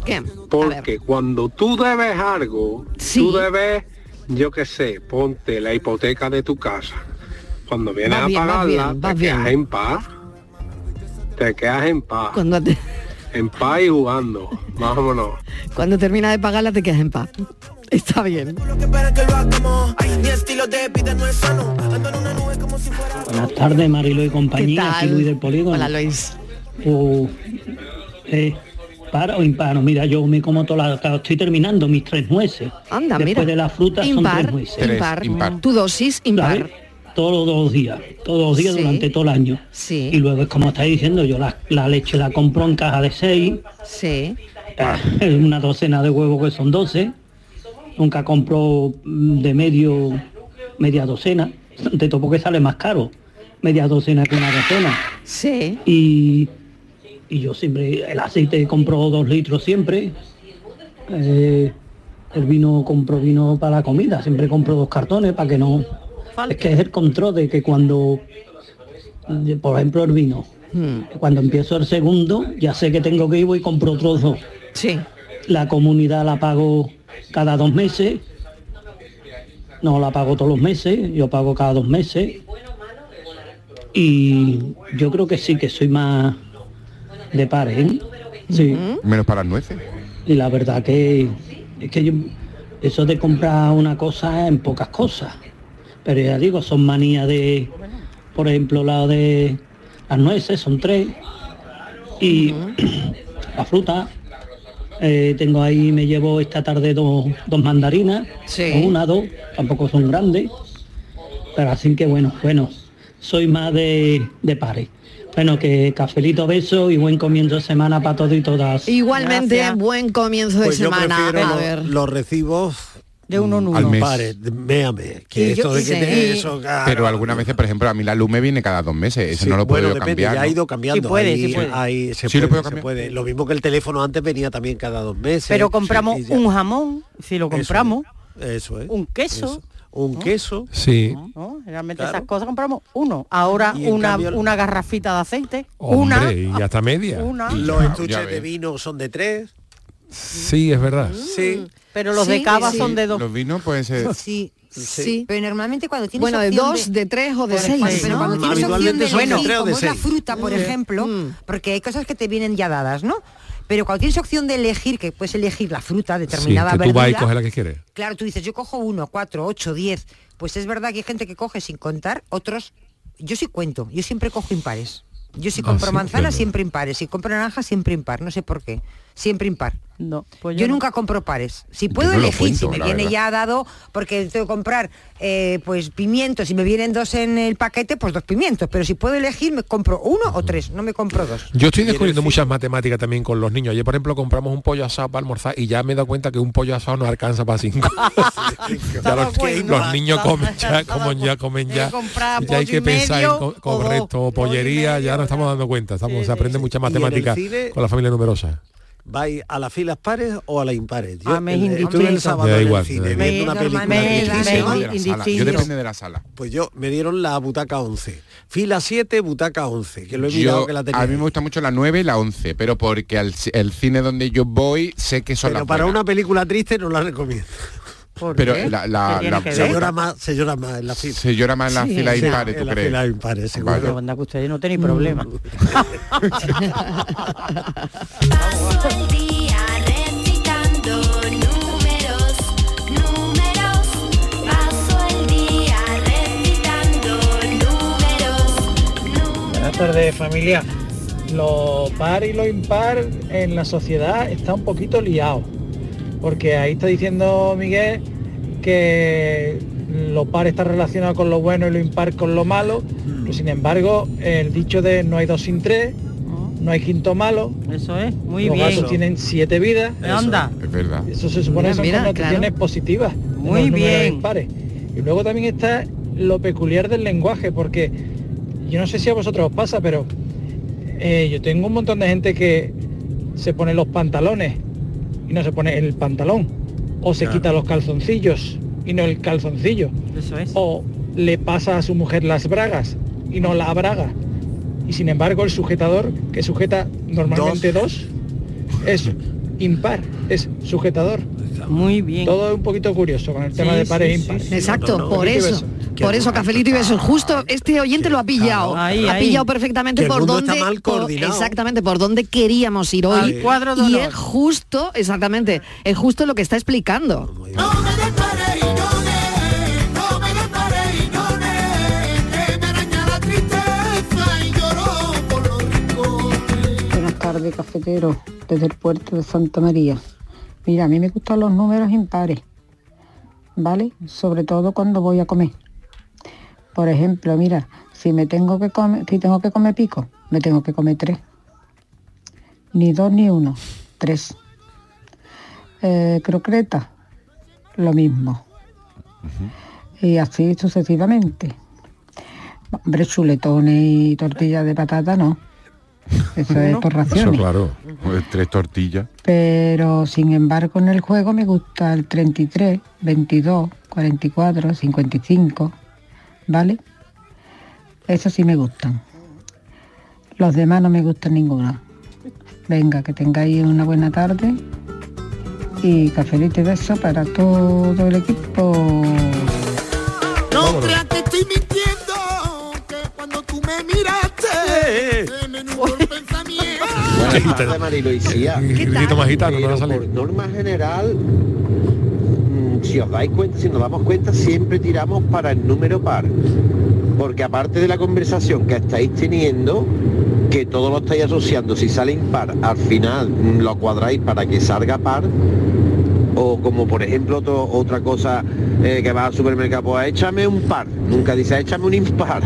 S2: ¿Qué?
S14: porque cuando tú debes algo, tú debes, yo qué sé, ponte la hipoteca de tu casa. Cuando vienes
S2: Vas
S14: a
S2: bien, vas
S14: pagarla,
S2: bien,
S14: te
S2: vas
S14: quedas
S2: bien.
S14: en paz. Te quedas en paz.
S2: Cuando, te-
S14: En paz y jugando. Vámonos.
S2: cuando termina de pagarla te quedas en paz. Está bien.
S16: Buenas tardes, Marilo y
S2: ¿Qué
S16: compañía,
S2: tal?
S16: aquí Luis del Polígono.
S2: Hola, Luis.
S16: Uh, eh, ¿Par o impar? Mira, yo me como toda la... ca- Estoy terminando mis tres nueces.
S2: Anda,
S16: Después
S2: mira.
S16: de las frutas son
S2: impar,
S16: tres nueces.
S2: impar, Tu dosis impar.
S16: Todos los días, todos los días
S2: Sí.
S16: durante todo el año. Y luego es como estáis diciendo, yo la, la leche la compro en caja de seis. Ah,
S2: Sí.
S16: una docena de huevos que son 12. Nunca compro mm, de medio, media docena. De todo porque sale más caro. Media docena que una docena.
S2: Sí.
S16: Y, y yo siempre, el aceite compro dos litros siempre. Eh, el vino compro vino para la comida, siempre compro dos cartones para que no. Es que es el control de que cuando, eh, por ejemplo, el vino,
S4: hmm.
S16: cuando empiezo el segundo, ya sé que tengo que ir voy y compro otros dos.
S2: Sí.
S16: La comunidad la pago cada dos meses. No la pago todos los meses, yo pago cada dos meses. Y yo creo que sí, que soy más de pares, ¿eh? Sí.
S3: Menos para las nueces.
S16: Y la verdad que es que yo, eso de comprar una cosa en pocas cosas. Pero ya digo, son manías de, por ejemplo, la de las nueces, son tres. Y la fruta. eh, tengo ahí, me llevo esta tarde dos, dos mandarinas.
S2: Sí.
S16: o Una, dos, tampoco son grandes.
S17: Pero así que bueno, bueno, soy más de, de pares. Bueno, que cafelito, beso y buen comienzo de semana para todos y todas.
S2: Igualmente, buen comienzo de
S6: Pues yo
S2: semana.
S6: prefiero
S2: A
S6: lo-
S2: ver.
S6: los recibos
S5: de uno en
S6: uno.
S3: Al mes.
S6: Pares, véame, que
S2: Y yo-
S6: esto de que
S2: sí.
S6: te- eso, claro.
S3: Pero algunas veces, por ejemplo, a mí la lume viene cada dos meses. Eso
S6: Sí,
S3: no lo puedo
S6: bueno, depende,
S3: cambiar.
S6: ya
S3: ¿no?
S6: ha ido cambiando. ahí, ahí se
S3: Sí,
S6: puede,
S3: lo puedo
S6: se
S3: cambiar.
S6: puede. Lo mismo que el teléfono antes venía también cada dos meses.
S5: Pero compramos
S6: Sí, y ya.
S5: un jamón, si lo
S6: Eso es,
S5: compramos,
S6: Eso es.
S5: un queso.
S6: Un queso.
S4: Sí.
S5: ¿no? Realmente esas cosas compramos uno. Ahora una, una garrafita de aceite,
S4: Hombre,
S5: una
S4: y hasta media.
S5: una.
S6: Los
S4: Ah, Ya,
S6: estuches
S4: ya
S6: de
S4: ves.
S6: vino son de tres.
S4: Sí, es verdad.
S6: Sí.
S5: Pero los de cava son de dos.
S3: Los vinos pueden ser...
S7: Sí.
S6: Sí.
S7: Pero normalmente cuando tienes
S2: Bueno, de
S7: opción
S2: dos, de tres o de
S7: Correcto,
S2: seis,
S7: Pero
S2: ¿no?
S7: cuando tienes opción
S2: Habitualmente
S7: de
S2: son de
S7: elegir,
S2: tres o
S7: como
S2: de
S7: es la
S2: seis.
S7: fruta, por
S2: Mm.
S7: ejemplo, porque hay cosas que te vienen ya dadas, ¿no? Pero cuando tienes opción de elegir, que puedes elegir la fruta,
S4: Sí,
S7: determinada
S4: que tú vas y
S7: verdura,
S4: coges la que quieres.
S7: claro, tú dices, yo cojo uno, cuatro, ocho, diez. Pues es verdad que hay gente que coge sin contar, otros... Yo sí cuento, yo siempre cojo impares. Yo si
S5: Ah,
S7: compro
S5: sí,
S7: manzana,
S5: claro.
S7: siempre impares. Si compro naranja, siempre impar. No sé por qué. Siempre impar.
S5: No,
S2: pues
S7: yo nunca compro pares. Si puedo
S5: no lo
S7: elegir,
S5: cuento,
S7: si me
S5: la
S7: viene
S5: verdad.
S7: ya dado, porque tengo que comprar eh, pues pimientos, si me vienen dos en el paquete, pues dos pimientos. Pero si puedo elegir, me compro uno o tres, no me compro dos.
S4: Yo estoy descubriendo muchas matemáticas también con los niños. Ayer, por ejemplo, compramos un pollo asado para almorzar y ya me he dado cuenta que un pollo asado no alcanza para cinco. ya los, los niños comen ya, como ya
S9: eh,
S4: comen ya. Ya hay que pensar en co- correcto, pollería, ya nos estamos dando cuenta. Estamos, se aprende mucha
S6: en el
S4: matemática
S6: cine-
S4: con la familia numerosa.
S6: ¿Vais a las filas pares o a las impares? Yo
S5: Ah, me es
S6: el-
S5: indistinto.
S6: estuve el sábado
S4: Me da
S6: en
S4: igual,
S6: el
S4: me
S6: cine viendo
S4: da
S6: una
S4: igual.
S6: película.
S4: Me da
S6: antiquísima.
S4: igual. Yo indistinto. depende de
S3: la sala.
S6: Pues yo me dieron la butaca 11. Fila 7, butaca 11, que lo he mirado
S3: Yo-
S6: que la tenía.
S3: a mí me gusta mucho la 9 y la 11, pero porque al ci- el cine donde yo voy sé que son
S6: Pero
S3: las
S6: para
S3: buenas.
S6: una película triste no la recomiendo.
S3: Pero qué? la- la- ¿Qué tiene la- que
S6: se
S3: ver?
S6: llora más, se llora más en la fila.
S3: Se llora más en las
S6: Sí.
S3: filas
S6: Sí,
S3: impares,
S6: en
S3: ¿tú
S6: las
S3: crees?
S6: filas impares, seguro.
S3: Vale.
S5: Pero anda que ustedes no tenéis problema.
S9: Paso el día recitando números, números. Paso el día recitando números.
S17: Buenas tardes familia. Lo par y lo impar en la sociedad está un poquito liado. Porque ahí está diciendo Miguel que lo par está relacionado con lo bueno y lo impar con lo malo. Pero sin embargo, el dicho de no hay dos sin tres, no hay quinto malo.
S5: Eso es, muy
S17: los
S5: bien.
S17: gatos tienen siete vidas.
S5: ¿Qué onda?
S3: Es verdad.
S17: Eso se supone que son
S5: Mira,
S17: connotaciones positivas. de
S5: Muy
S17: los números
S5: bien.
S17: impares. Y luego también está lo peculiar del lenguaje, porque yo no sé si a vosotros os pasa, pero eh, yo tengo un montón de gente que se pone los pantalones y no se pone el pantalón. O se
S5: Claro.
S17: quita los calzoncillos y no el calzoncillo.
S5: Eso es.
S17: O le pasa a su mujer las bragas y no la braga. Y sin embargo el sujetador que sujeta normalmente dos, es impar, es sujetador.
S5: Muy bien.
S17: Todo es un poquito curioso con el tema
S2: Sí,
S17: de pares
S2: sí,
S17: e impares.
S2: Exacto, por
S17: Poquito
S2: eso.
S17: beso. Ah.
S2: Por eso, cafelito y besos. Justo este oyente lo ha pillado.
S5: Ahí,
S2: ha
S5: ahí.
S2: pillado perfectamente
S5: Que el
S2: por
S5: mundo
S2: dónde.
S5: está mal
S2: por-
S5: coordinado.
S2: exactamente, por dónde queríamos ir hoy.
S5: Al cuadro de
S2: y
S5: honor.
S2: es justo, exactamente, es justo lo que está explicando.
S18: No me deparé y lloré, me araña la tristeza y lloró por los rincones.
S19: Buenas tardes, cafetero, desde el puerto de Santa María. Mira, a mí me gustan los números impares, ¿vale? Sobre todo cuando voy a comer. Por ejemplo, mira, si me tengo que comer, si tengo que comer pico, me tengo que comer tres. Ni dos ni uno, tres. Eh, croqueta, lo mismo. Y así sucesivamente. Hombre, chuletones y tortillas de patata, no. Eso es por
S3: Eso
S19: raciones.
S3: claro. Pues, Tres tortillas.
S19: Pero sin embargo en el juego me gusta el 33, 22, 44, 55, ¿vale? Eso sí me gustan. Los demás no me gustan ninguno. Venga, que tengáis una buena tarde y cafelito y beso para todo el equipo.
S18: No creas que estoy mintiendo, que cuando tú me
S6: Eh.
S18: miraste, en un buen pensamiento.
S4: Un grito más gitano, no va a salir.
S20: norma general, mm, si os dais cuenta, si nos damos cuenta, siempre tiramos para el número par. Porque aparte de la conversación que estáis teniendo, que todo lo estáis asociando, si sale impar, al final mm, lo cuadráis para que salga par, o como por ejemplo otro- otra cosa eh, que va al supermercado, pues échame un par, nunca dice échame un impar.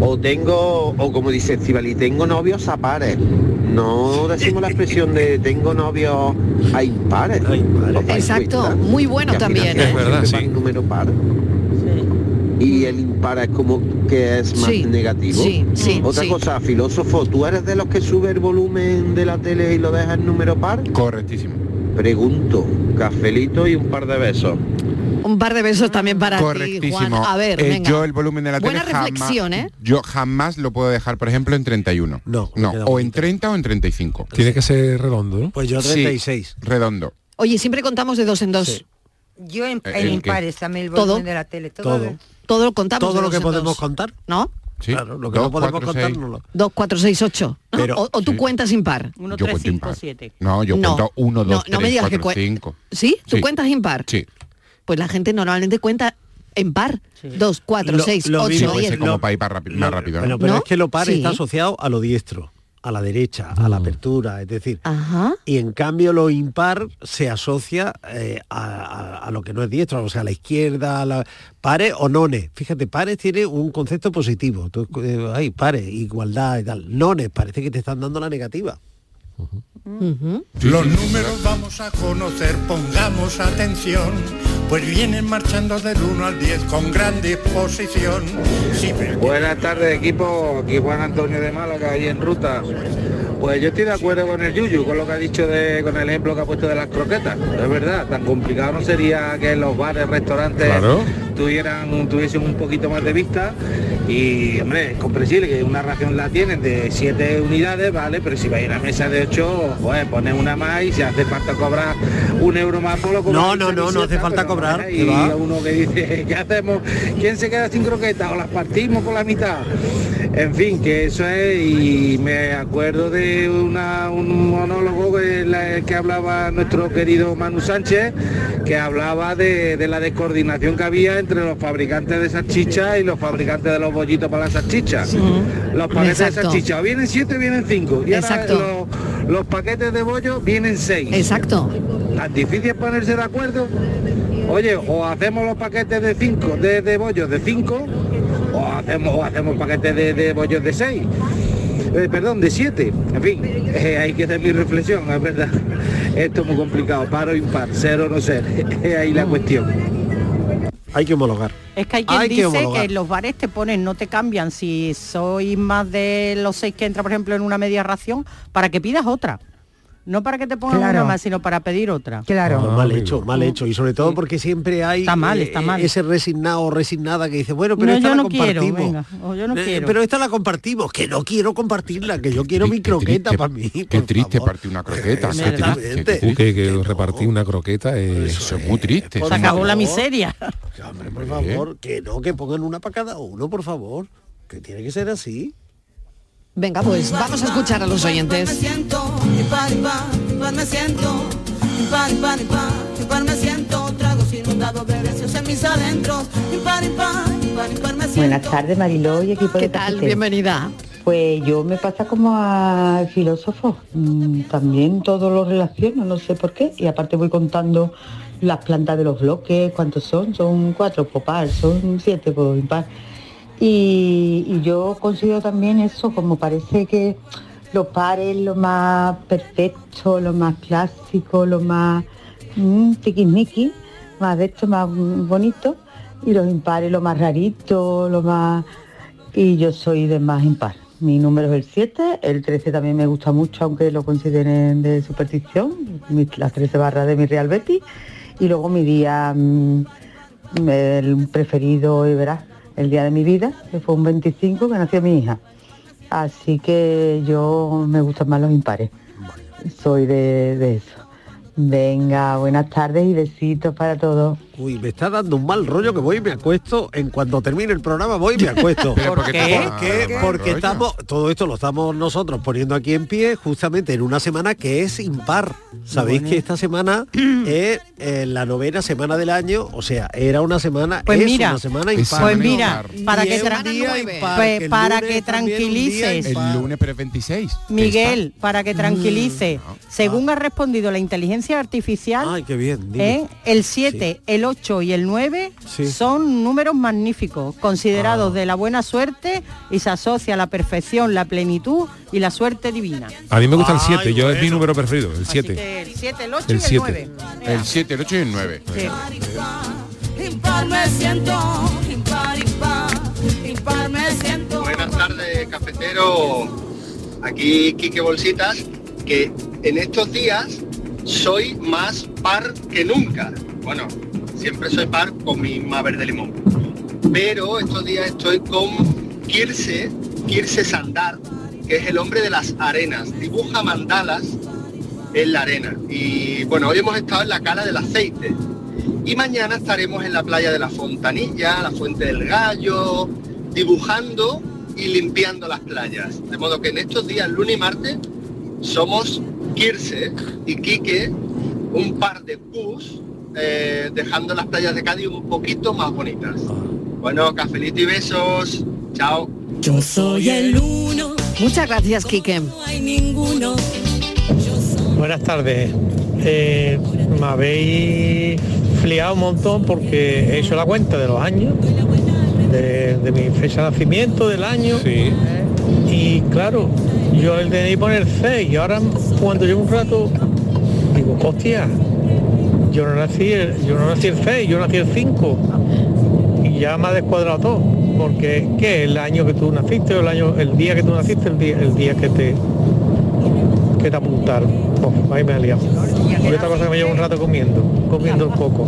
S20: O tengo, o como dice Estivali, tengo novios a pares. No decimos la expresión de tengo novios a impares. Pues,
S2: Exacto, muy bueno también. ¿eh?
S20: número este par. Y el impar es como que es más
S2: Sí,
S20: negativo. Mm.
S2: sí, sí,
S20: Otra
S2: sí.
S20: cosa, filósofo, ¿tú eres de los que sube el volumen de la tele y lo deja en número par?
S3: Correctísimo.
S20: Pregunto, cafelito y un par de besos.
S2: Un par de besos también para ti, Juan.
S3: Correctísimo.
S2: A ver,
S3: Eh,
S2: venga.
S3: yo el volumen de la
S2: Buena
S3: tele jamás-
S2: reflexión, ¿eh?
S3: Yo jamás lo puedo dejar, por ejemplo, en 31. No, no. O en 30 o en 35.
S4: Tiene que ser redondo, ¿no?
S6: Pues yo 36.
S3: redondo.
S2: Oye, siempre contamos de dos en dos.
S7: Yo en,
S3: ¿El
S7: en
S3: qué?
S7: impares también el
S2: Todo.
S7: volumen de la tele. Todo.
S2: Todo. Todo lo contamos.
S6: Todo
S2: de
S6: lo
S2: dos
S6: que
S2: en dos.
S6: podemos contar.
S2: ¿No?
S6: Claro, lo que no
S3: Dos,
S6: podemos
S3: cuatro,
S6: contar
S3: seis.
S6: no lo.
S2: 2, 4, 6, 8.
S3: Pero-
S2: o, o tú
S3: sí.
S2: cuentas impar.
S3: Uno, Yo tres, cuento cinco, impar.
S2: 7.
S3: No, yo
S2: No,
S3: cuento 1,
S2: no,
S3: 2,
S2: no me
S3: 3,
S2: digas que
S3: 4,
S2: cuen-
S3: 5.
S2: ¿Sí? ¿Tú
S3: Sí.
S2: cuentas impar?
S3: Sí.
S2: Pues la gente normalmente cuenta en par. 2, 4, 6, 8, 10.
S3: como para ir para rápido, más rápido.
S6: Bueno, pero es que lo par está asociado a lo diestro, a la derecha, a la apertura, es decir. Y en cambio lo impar se asocia eh, a, a- a lo que no es diestro, o sea, a la izquierda, a la... pares o nones. Fíjate, pares tiene un concepto positivo. Tú, eh, ay, pares, igualdad y tal. Nones, parece que te están dando la negativa.
S21: Los números vamos a conocer, pongamos atención, pues vienen marchando del 1 al 10 con gran disposición. Si me-
S11: Buenas tardes equipo, aquí Juan Antonio de Málaga, ahí en ruta. Pues yo estoy de acuerdo con el Yuyu, con lo que ha dicho, de, con el ejemplo que ha puesto de las croquetas. Es verdad, tan complicado no sería que los bares, restaurantes
S22: Claro.
S11: tuvieran, tuviesen un poquito más de vista. Y, hombre, es comprensible que una ración la tienen de 7 unidades, ¿vale? Pero si va a ir a mesa de 8, pues pones una más y si hace falta cobrar un euro más, por lo
S6: No, no, no, no hace falta cobrar.
S11: y
S6: que va.
S11: uno que dice, ¿qué hacemos? ¿Quién se queda sin croquetas? ¿O las partimos por la mitad? En fin, que eso es, y me acuerdo de una- un monólogo que, la- que hablaba nuestro querido Manu Sánchez, que hablaba de, de la descoordinación que había entre los fabricantes de salchichas y los fabricantes de los bollitos para las salchichas. Los paquetes
S2: Exacto.
S11: de salchicha, o vienen siete, o vienen cinco. Y ahora
S2: Exacto.
S11: los, los paquetes de bollo vienen seis.
S2: Exacto.
S11: Tan difícil es ponerse de acuerdo. Oye, o hacemos los paquetes de 5, de, de bollos de 5, o hacemos, o hacemos paquetes de, de bollos de 6, perdón, de 7. En fin, eh, hay que hacer mi reflexión, es verdad. Esto es muy complicado, paro impar, cero no ser. Es ahí
S2: Mm.
S11: la cuestión.
S6: Hay que homologar.
S5: Es que hay quien
S11: Hay que
S5: dice que,
S11: homologar.
S5: en los bares te ponen, no te cambian. Si soy más de los seis que entra, por ejemplo, en una media ración, para que pidas otra. No para que te pongan una
S6: Claro.
S5: más, sino para pedir otra.
S6: Ah, mal hecho, mal hecho. Y sobre todo porque siempre hay
S5: Mm. Está mal,
S6: eh,
S5: está mal.
S6: ese resignado o resignada que dice, bueno, pero
S5: No,
S6: esta
S5: yo
S6: la
S5: no quiero,
S6: compartimos.
S5: venga, o yo no
S6: Eh,
S5: quiero.
S6: Pero esta la compartimos, que no quiero compartirla, que yo quiero mi croqueta para mí.
S3: Qué triste partir una croqueta. Qué triste. qué
S4: Tú Uh, que, que repartí una croqueta eh,
S3: Eso es muy triste.
S6: por
S4: eso es muy
S6: favor.
S4: triste.
S5: miseria.
S6: Hombre, por favor, que no, que pongan una para cada uno, por favor. Que tiene que ser así.
S2: Venga, pues vamos a escuchar a los oyentes.
S23: Impar, impar, impar me siento. Impar, impar, impar, impar me siento. Tragos inundados de deseos en mis adentros. Impar, impar, impar, impar me siento.
S10: Buenas tardes, Mariló y equipo de tal?
S2: Bienvenida.
S10: Pues yo me pasa como a filósofo. Mm, También todo lo relaciono, no sé por qué. Y aparte voy contando las plantas de los bloques, cuántos son, son cuatro por par, son siete por impar. Y, y yo considero también eso como parece que los pares lo más perfecto, lo más clásico, lo más mm, tiquismiqui, más de esto, más mm, bonito, y los impares lo más rarito, lo más... Y yo soy de más impar. Mi número es el 7, el 13 también me gusta mucho, aunque lo consideren de superstición, mi- las 13 barras de mi Real Betis, y luego mi día mm, el preferido, y verás, el día de mi vida, que fue un 25 que nació mi hija. Así que yo me gustan más los impares. Soy de, de eso. Venga, buenas tardes y besitos para todos.
S6: Uy, me está dando un mal rollo que voy y me acuesto. En cuanto termine el programa voy y me acuesto.
S3: Pero ¿por qué te da
S6: Porque,
S3: mal
S6: porque
S3: rollo?
S6: estamos, todo esto lo estamos nosotros poniendo aquí en pie justamente en una semana que es impar. Sabéis
S5: Bueno.
S6: que esta semana es eh, la novena semana del año, o sea, era una semana,
S5: Pues
S6: es
S5: mira,
S6: una semana
S5: pues
S6: impar.
S5: mira, para
S6: Y
S5: que
S6: es un
S5: tra-
S6: día
S5: pues
S6: impar, que el
S5: para
S6: lunes
S5: que
S6: también es un día
S5: tranquilices.
S6: impar.
S3: El lunes, pero es 26.
S5: Miguel, para que tranquilice, según ha respondido la inteligencia artificial,
S6: Ay, qué bien. dime.
S5: ¿eh? el 7, el 8 y el 9
S6: Sí.
S5: son números magníficos, considerados de la buena suerte y se asocia a la perfección, la plenitud y la suerte divina.
S10: A mí me gusta el
S3: Ay,
S10: 7, yo es mi número preferido, el 7.
S5: El 7, el 8
S10: El
S5: y el
S10: 7.
S5: 9.
S3: El 7, el 8 y el 9.
S24: Impar me siento, impar, impar, impar me siento.
S1: Buenas tardes, cafetero. Aquí Quique Bolsitas, que en estos días soy más par que nunca. Bueno, siempre soy par con mi misma verde limón. Pero estos días estoy con Kirse, Kirse Sandar, que es el hombre de las arenas. Dibuja mandalas en la arena. Y bueno, hoy hemos estado en la cala del aceite. Y mañana estaremos en la playa de la Fontanilla, la Fuente del Gallo, dibujando y limpiando las playas. De modo que en estos días, lunes y martes, somos Kirse y Quique, un par de pus, eh, dejando las playas de Cádiz un poquito más bonitas. Bueno, cafelito y besos. Chao.
S2: Yo soy el uno. Muchas gracias, Quique.
S1: ninguno.
S25: Buenas tardes. Eh, me habéis fliado un montón porque he hecho la cuenta de los años, de, de mi fecha de nacimiento, del año. Y claro, yo le tenía que poner 6 y ahora cuando llevo un rato digo, hostia, yo no nací el, yo no nací el 6, yo nací el 5. Y ya me ha descuadrado todo. Porque ¿qué? el año que tú naciste, o el año, el día que tú naciste, el día, el día que te que te apuntaron. Uf, ahí me ha liado. Por esta cosa que me llevo un rato comiendo, comiendo el coco.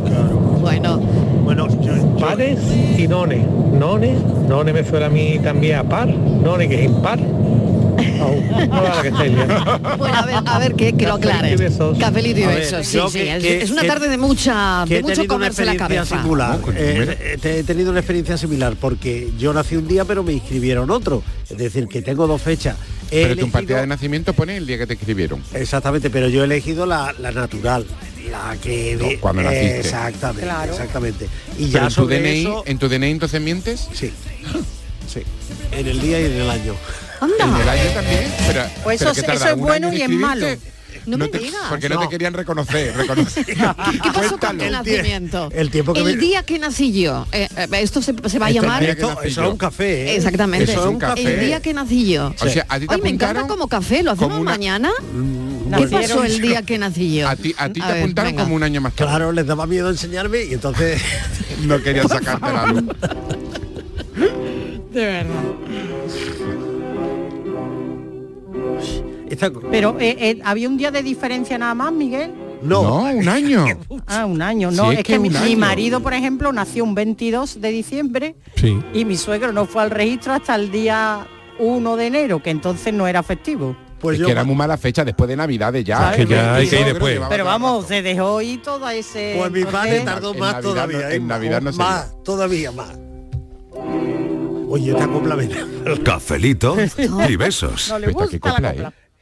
S2: Bueno.
S25: Bueno, pares y nones. Nones, nones me suena a mí también a par. Nones que es impar. Au, no la que estáis liando.
S2: Bueno, a ver, a ver que, que lo aclaren. Cafelito y
S25: A ver,
S2: besos. Sí,
S6: yo
S2: sí,
S6: que-
S2: es,
S6: que-
S2: es una
S6: que-
S2: tarde de mucha,
S6: que
S2: de
S6: he
S2: mucho
S6: tenido una
S2: comerse la
S6: experiencia
S2: cabeza.
S6: singular.
S2: Ojo,
S6: Eh, eh, te- he tenido una experiencia similar porque yo nací un día pero me inscribieron otro. Es decir, que tengo dos fechas. He
S3: Pero tu
S6: elegido-
S3: partida de nacimiento pone el día que te escribieron.
S6: Exactamente, pero yo he elegido la, la natural. La que...
S3: No, cuando naciste.
S6: Exactamente, exactamente. Y
S3: Pero
S6: ya
S3: en tu
S6: sobre
S3: DNI,
S6: eso-
S3: ¿En tu DNI entonces mientes?
S6: Sí. Sí. En el día y en el año.
S3: En el año también. Pero,
S6: Pues
S3: pero
S6: eso-
S3: ¿qué tarda?
S6: eso es
S3: ¿Un
S6: bueno
S3: año en
S6: y es malo.
S3: escribirte?
S2: No, me
S3: te-
S2: digas.
S3: Porque no, te
S2: No.
S3: querían reconocer. reconocer.
S2: ¿Qué pasó con tu
S3: Cuéntalo.
S2: nacimiento?
S3: El tiempo que
S2: El
S3: me-
S2: día que nací yo. Eh, eh, esto se, se
S6: Este
S2: va a llamar...
S6: Esto- eso es un café, ¿eh?
S2: Exactamente.
S6: Eso es un café.
S2: El día que nací yo.
S3: O sea, a ti te
S2: Hoy me encanta
S3: apuntaron
S2: como café, ¿lo hacemos mañana?
S6: Mm,
S2: ¿Qué
S6: Nacieron-
S2: pasó el día que nací yo?
S3: A ti, a ti
S2: A
S3: te
S2: ver,
S3: apuntaron
S2: venga.
S3: como un año más tarde.
S6: pues, Claro, les daba miedo enseñarme y entonces...
S3: no querían sacarte la luz.
S5: De verdad.
S6: Esta-
S5: Pero eh, eh, había un día de diferencia nada más, Miguel.
S6: No.
S3: un año.
S5: Ah, un año.
S3: Sí,
S5: No,
S3: es
S5: es,
S3: que
S5: que, mi,
S3: un
S5: mi
S3: año.
S5: marido, por ejemplo, nació un 22 de diciembre
S10: Sí.
S5: y mi suegro no fue al registro hasta el día 1 de enero, que entonces no era festivo.
S6: Pues
S3: es que era muy mala fecha después de Navidades ya.
S10: Es que ya hay que ir después.
S5: Pero vamos, se dejó ir todo ese...
S6: Pues mi padre
S5: entonces-
S6: tardó
S3: En
S6: más
S3: Navidad
S6: todavía.
S3: no-
S6: ¿eh?
S3: en Navidad no se
S6: Más, todavía más. Oye, esta copla me
S26: Cafelito y besos.
S27: No le Esta que gusta la copla,
S5: eh?
S27: copla.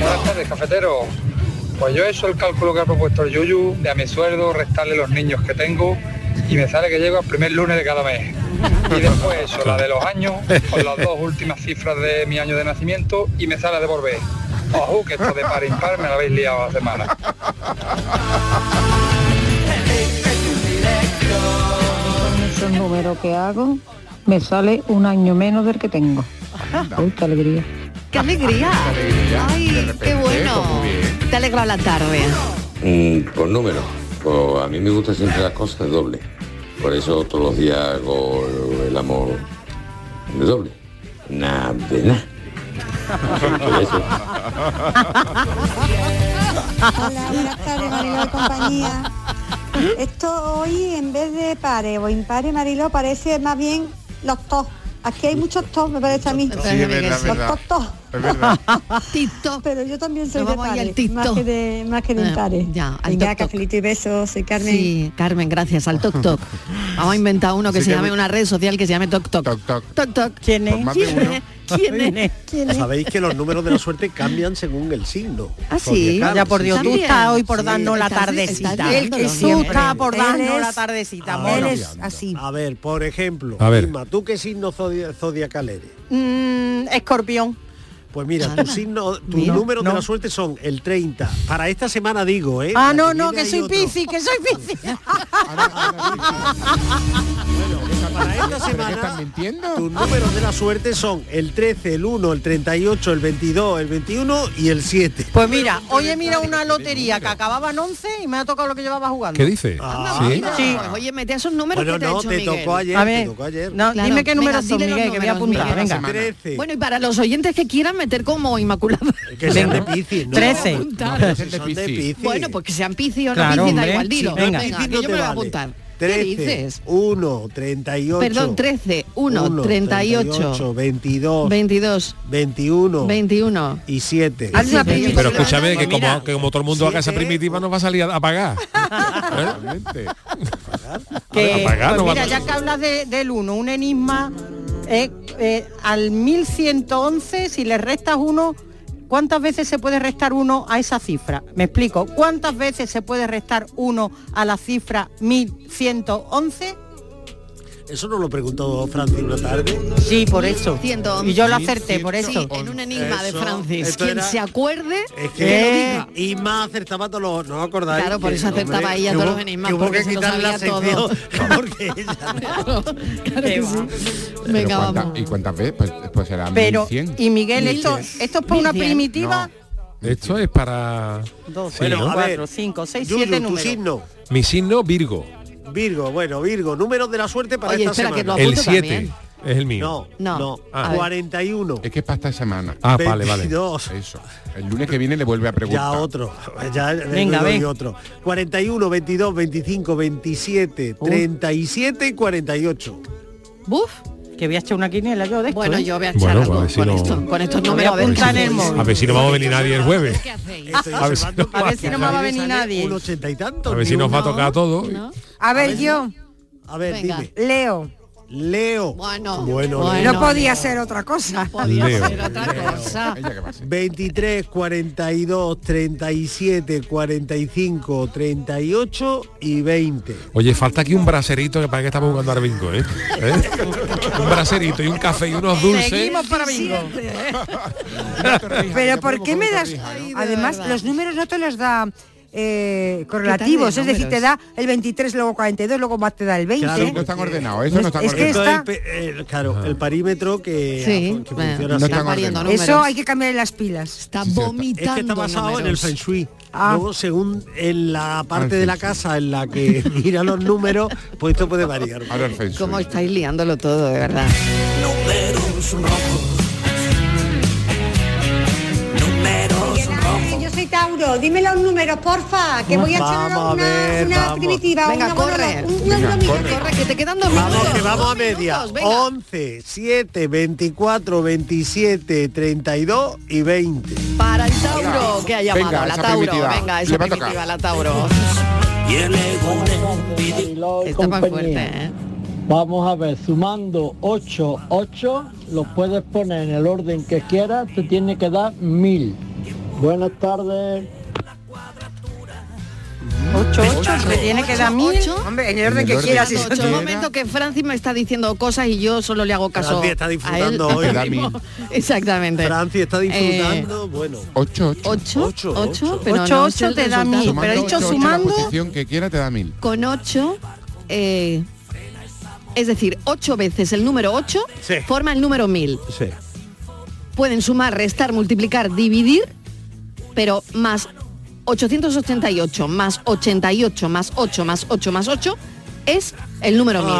S14: Buenas tardes, cafetero. Pues yo he hecho el cálculo que ha propuesto el Yuyu de a mi sueldo, restarle los niños que tengo y me sale que llego al primer lunes de cada mes. Y después he hecho la de los años con las dos últimas cifras de mi año de nacimiento y me sale a devolver. Ojo, que esto de par impar me la habéis liado la semana.
S19: Con esos números que hago, me sale un año menos del que tengo. Uy, qué alegría.
S2: ¡Qué alegría! ¡Ay, qué bueno! Te alegra la tarde.
S27: Mm, por número, pues a mí me gusta siempre las cosas doble. Por eso todos los días hago el amor de doble. Nada de nada. Por eso.
S9: Hola, buenas tardes, Mariló y compañía. Esto hoy en vez de pare o impare, Mariló, parece más bien los tos. Aquí hay muchos tos, me parece a mí.
S2: Sí, es verdad, es
S9: los
S2: verdad.
S9: tos, tos.
S2: Es verdad.
S9: Pero yo también soy
S2: Nos
S9: de
S2: vamos ahí al
S9: pares,
S2: tic-toc.
S9: más que de, más que de
S2: Ah,
S9: impares.
S2: ya, al
S9: Venga,
S2: toc-toc.
S9: cafelito y besos, soy Carmen.
S2: Sí, Carmen, gracias al Toc Toc. Vamos a inventar uno que
S9: Sí,
S2: se
S9: que
S2: llame
S9: me-
S2: una red social que se llame Toc Toc. Toc
S3: Toc.
S2: ¿Quién es?
S6: Pues más de
S2: ¿Quién
S6: uno.
S2: es? ¿Quién es? ¿Quién es?
S6: Sabéis que los números de la suerte cambian según el signo.
S2: Ah, sí.
S6: Zodiacal,
S5: Ya por Dios, tú
S6: sí.
S5: estás hoy por
S6: Sí.
S5: darnos la
S6: Estás-
S5: tardecita.
S6: estás
S5: Él-
S6: dándolo
S5: Tú
S6: siempre.
S5: estás por
S6: Él
S5: darnos
S6: es-
S5: la tardecita,
S6: Ahora,
S5: amor.
S9: así.
S6: A ver, por ejemplo,
S4: A ver.
S6: Inma, ¿tú qué signo zodi- zodiacal eres?
S5: Mm, escorpión.
S6: Pues mira, tu signo, tus
S5: Mira.
S6: números
S5: No.
S6: de la suerte son el 30. Para esta semana digo, ¿eh?
S5: Ah,
S6: Para
S5: no,
S6: que
S5: no,
S6: viene
S5: que
S6: ahí
S5: soy
S6: otro.
S5: piscis, que soy piscis.
S6: Para esta semana, tus números de la suerte son el 13, el 1, el 38, el 22, el 21 y el 7.
S5: Pues mira, hoy he mirado una lotería que acababa en 11 y me ha tocado lo que llevaba jugando.
S4: ¿Qué dice?
S5: ¿Sí? Sí.
S2: Pues oye, mete esos números
S6: Ah, Bueno,
S2: que te
S6: no,
S2: ha hecho
S6: te
S2: Miguel.
S6: tocó ayer, A te ver, tocó ayer. no, dime qué números son,
S2: dile los
S6: Miguel, que voy a
S2: números,
S6: apuntar,
S2: Miguel.
S6: venga. Trece.
S2: Bueno, y para los oyentes que quieran meter como Inmaculada.
S6: Que sean de Piscis, ¿no?
S2: Trece.
S6: No, pero si son de Piscis.
S2: Bueno, pues que sean Piscis o no
S6: Claro,
S2: Piscis, da
S6: hombre.
S2: igual, dilo.
S6: Sí,
S2: venga,
S6: venga.
S2: que
S6: Piscis no
S2: yo
S6: te
S2: me lo voy a
S6: vale.
S2: apuntar. ¿Qué
S6: 13,
S2: dices?
S6: 1, 38.
S2: Perdón, 13, 1, 38,
S6: 22,
S2: 22,
S6: 21,
S2: 21.
S6: y 7.
S2: Haz la primitiva.
S4: Pero escúchame, que
S6: Pues mira,
S4: como, que como todo el mundo haga esa primitiva, nos va a salir a, a pagar. ¿Eh?
S5: Que,
S4: A pagar,
S5: pues
S4: no va
S5: mira,
S4: a-
S5: ya que hablas de- del 1, un enigma eh, eh, al 1111, si le restas uno, ¿cuántas veces se puede restar uno a esa cifra? Me explico, ¿cuántas veces se puede restar uno a la cifra 1111?
S6: Eso no lo preguntó Francis una tarde.
S5: Sí, por eso. Y yo lo acerté, por eso.
S2: Sí, en un enigma de
S6: Eso,
S2: Francis.
S6: esto
S2: Quien
S6: era-
S2: se acuerde,
S6: Es
S2: que lo
S6: que
S2: diga.
S6: y más acertaba todos los. ¿No os acordáis?
S2: Claro, por
S6: Que,
S2: eso acertaba
S6: hombre,
S2: ella
S6: que
S2: todos
S6: hubo-
S2: los enigmas,
S6: que hubo
S2: porque
S6: que
S2: se lo
S6: quitar la
S2: sabía todo.
S6: sección. Porque ella.
S2: que sí. Venga,
S3: Pero cuánta-
S2: vamos.
S3: ¿Y cuántas veces? Pues, pues será
S5: Pero,
S3: 1100.
S5: y Miguel, esto, esto es para una primitiva.
S4: Esto es para...
S5: Dos,
S4: Sí,
S5: tres,
S4: ¿no?
S5: cuatro, cinco, seis,
S6: Yuyu,
S5: siete
S6: tu
S5: números.
S6: signo.
S4: Mi signo, Virgo.
S6: Virgo, bueno, Virgo, números de la suerte para
S4: Oye,
S6: esta
S4: espera,
S6: semana.
S4: que lo El apunto 7 también. es el mío.
S6: No,
S4: No.
S6: no.
S4: Ah.
S6: 41.
S3: Es que es para esta semana.
S4: Ah, vale, vale.
S6: 22.
S3: Eso. El lunes que viene le vuelve a preguntar.
S6: Ya otro. Ya
S3: Venga,
S6: doy
S3: ven.
S6: otro. 41, 22, 25, 27, 37 y 48.
S2: Buf.
S5: Que voy a echar una quiniela yo de esto.
S2: Bueno,
S5: ¿eh?
S2: yo voy a echar
S4: Bueno,
S2: algo
S4: a ver si
S2: con,
S4: no-
S2: esto, con estos
S5: Lo voy
S2: números.
S5: a
S2: ver si-
S5: apuntar en el móvil.
S4: A ver si no vamos a venir nadie el jueves. A ver si no
S5: A ver si no me va a venir nadie.
S6: Un ochenta y tanto.
S4: A ver si nos va a tocar a todos.
S7: A ver, yo.
S6: A ver,
S7: Venga.
S6: dime.
S7: Leo.
S6: Leo.
S2: Bueno,
S6: bueno,
S7: no podía ser otra cosa.
S6: Leo.
S2: cosa.
S6: 23, 42, 37, 45, 38 y 20.
S4: Oye, falta aquí un braserito que para que estamos jugando al bingo, ¿eh? ¿Eh? Un braserito y un café y unos dulces.
S5: Seguimos para bingo.
S7: Pero ¿por qué me das?
S9: Además, los números no te los da eh,
S7: ¿Qué
S9: correlativos,
S7: tal
S9: es
S7: de
S9: decir, te da el 23, luego 42, luego más te da el 20.
S3: Claro, no están
S7: ¿eh?
S3: ordenados, eso no está
S6: es que
S3: ordenado.
S6: está- Todo el pe- eh, claro, el parímetro que,
S9: Sí,
S6: que
S9: bueno,
S6: funciona
S3: no
S6: así.
S3: están pariendo ordenados.
S9: Eso hay que cambiar las pilas.
S2: Está
S6: Es que está basado en el Feng Shui.
S9: Ah.
S6: Luego, según en la parte
S3: Ah,
S6: de la
S3: sí,
S6: casa en la que mira los números, pues esto puede variar.
S3: Ahora el Feng Shui.
S2: ¿Cómo estáis liándolo todo, de verdad?
S28: Números rojos. Números rojos.
S7: Yo soy Tauro.
S9: número, dímela un número, porfa, que voy a echar
S6: Vamos a
S9: una,
S6: ver,
S9: una
S6: vamos.
S9: primitiva,
S6: Venga,
S9: una
S6: corre.
S9: un- un-
S6: Venga,
S9: un domingo.
S6: corre.
S2: Corre, que te quedan dos
S6: Vamos,
S2: minutos.
S6: que vamos a
S2: Dos
S6: media.
S2: minutos, venga.
S6: 11, 7, 24, 27, 32 y 20.
S2: Para el Tauro, que ha llamado.
S6: Venga,
S2: la
S6: esa
S2: Tauro,
S6: primitiva.
S2: venga,
S6: Le
S2: esa
S6: va a
S2: primitiva,
S6: tocar.
S2: la Tauro. Está más fuerte, ¿eh?
S21: Vamos a ver, sumando 8, 8, lo puedes poner en el orden que quieras, te tiene que dar 1000. Buenas tardes.
S5: 8, 8, me tiene que dar mil.
S21: Hombre, en
S5: el orden que quieras, si
S2: Ocho,
S5: se
S2: un
S5: quiera.
S2: momento que Francis me está diciendo cosas y yo solo le hago caso.
S6: Francis está
S2: a él.
S6: disfrutando hoy, Dami.
S2: Exactamente. Eh,
S6: Francis está disfrutando, bueno.
S3: 8,
S2: 8, 8, pero
S5: Ocho,
S2: no,
S5: ocho
S2: el
S5: te da mil,
S2: resultado.
S5: pero he dicho sumando-
S3: La posición que quiera te da mil.
S2: con 8, es decir, 8 veces el número 8
S3: Sí.
S2: forma el número 1000.
S6: Sí.
S2: Pueden sumar, restar, multiplicar, dividir, pero más 888, más 88, más 8, más 8, más 8 es el número 1000.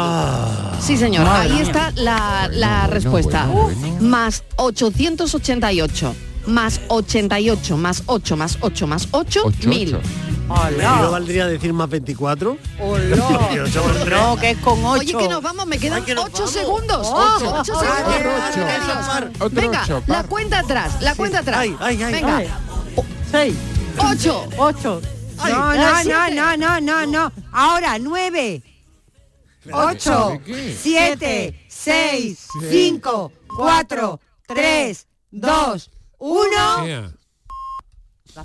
S2: sí, señor,
S11: madre
S2: ahí
S11: mía.
S2: está la, la respuesta. Más 888, más 88, más 8, más 8, más 8, 1000.
S6: ¿Y no valdría decir más 24? Y ocho más tres.
S5: No, que es con 8.
S2: Oye, que nos vamos, me quedan 8 segundos.
S5: Oh,
S2: 8, segundos.
S5: oh, oh,
S2: Venga,
S5: oh,
S2: Carlos.
S5: oh, otro
S2: Venga,
S5: ocho,
S2: la
S5: par.
S2: cuenta atrás, la cuenta atrás. Venga.
S5: 6.
S2: 8.
S5: 8.
S2: Ay,
S7: no,
S2: ay,
S7: no,
S2: siete.
S7: no, no, no, no, no. Ahora, nueve, ocho, siete, seis, cinco, cuatro, tres, dos, uno.
S4: Ea.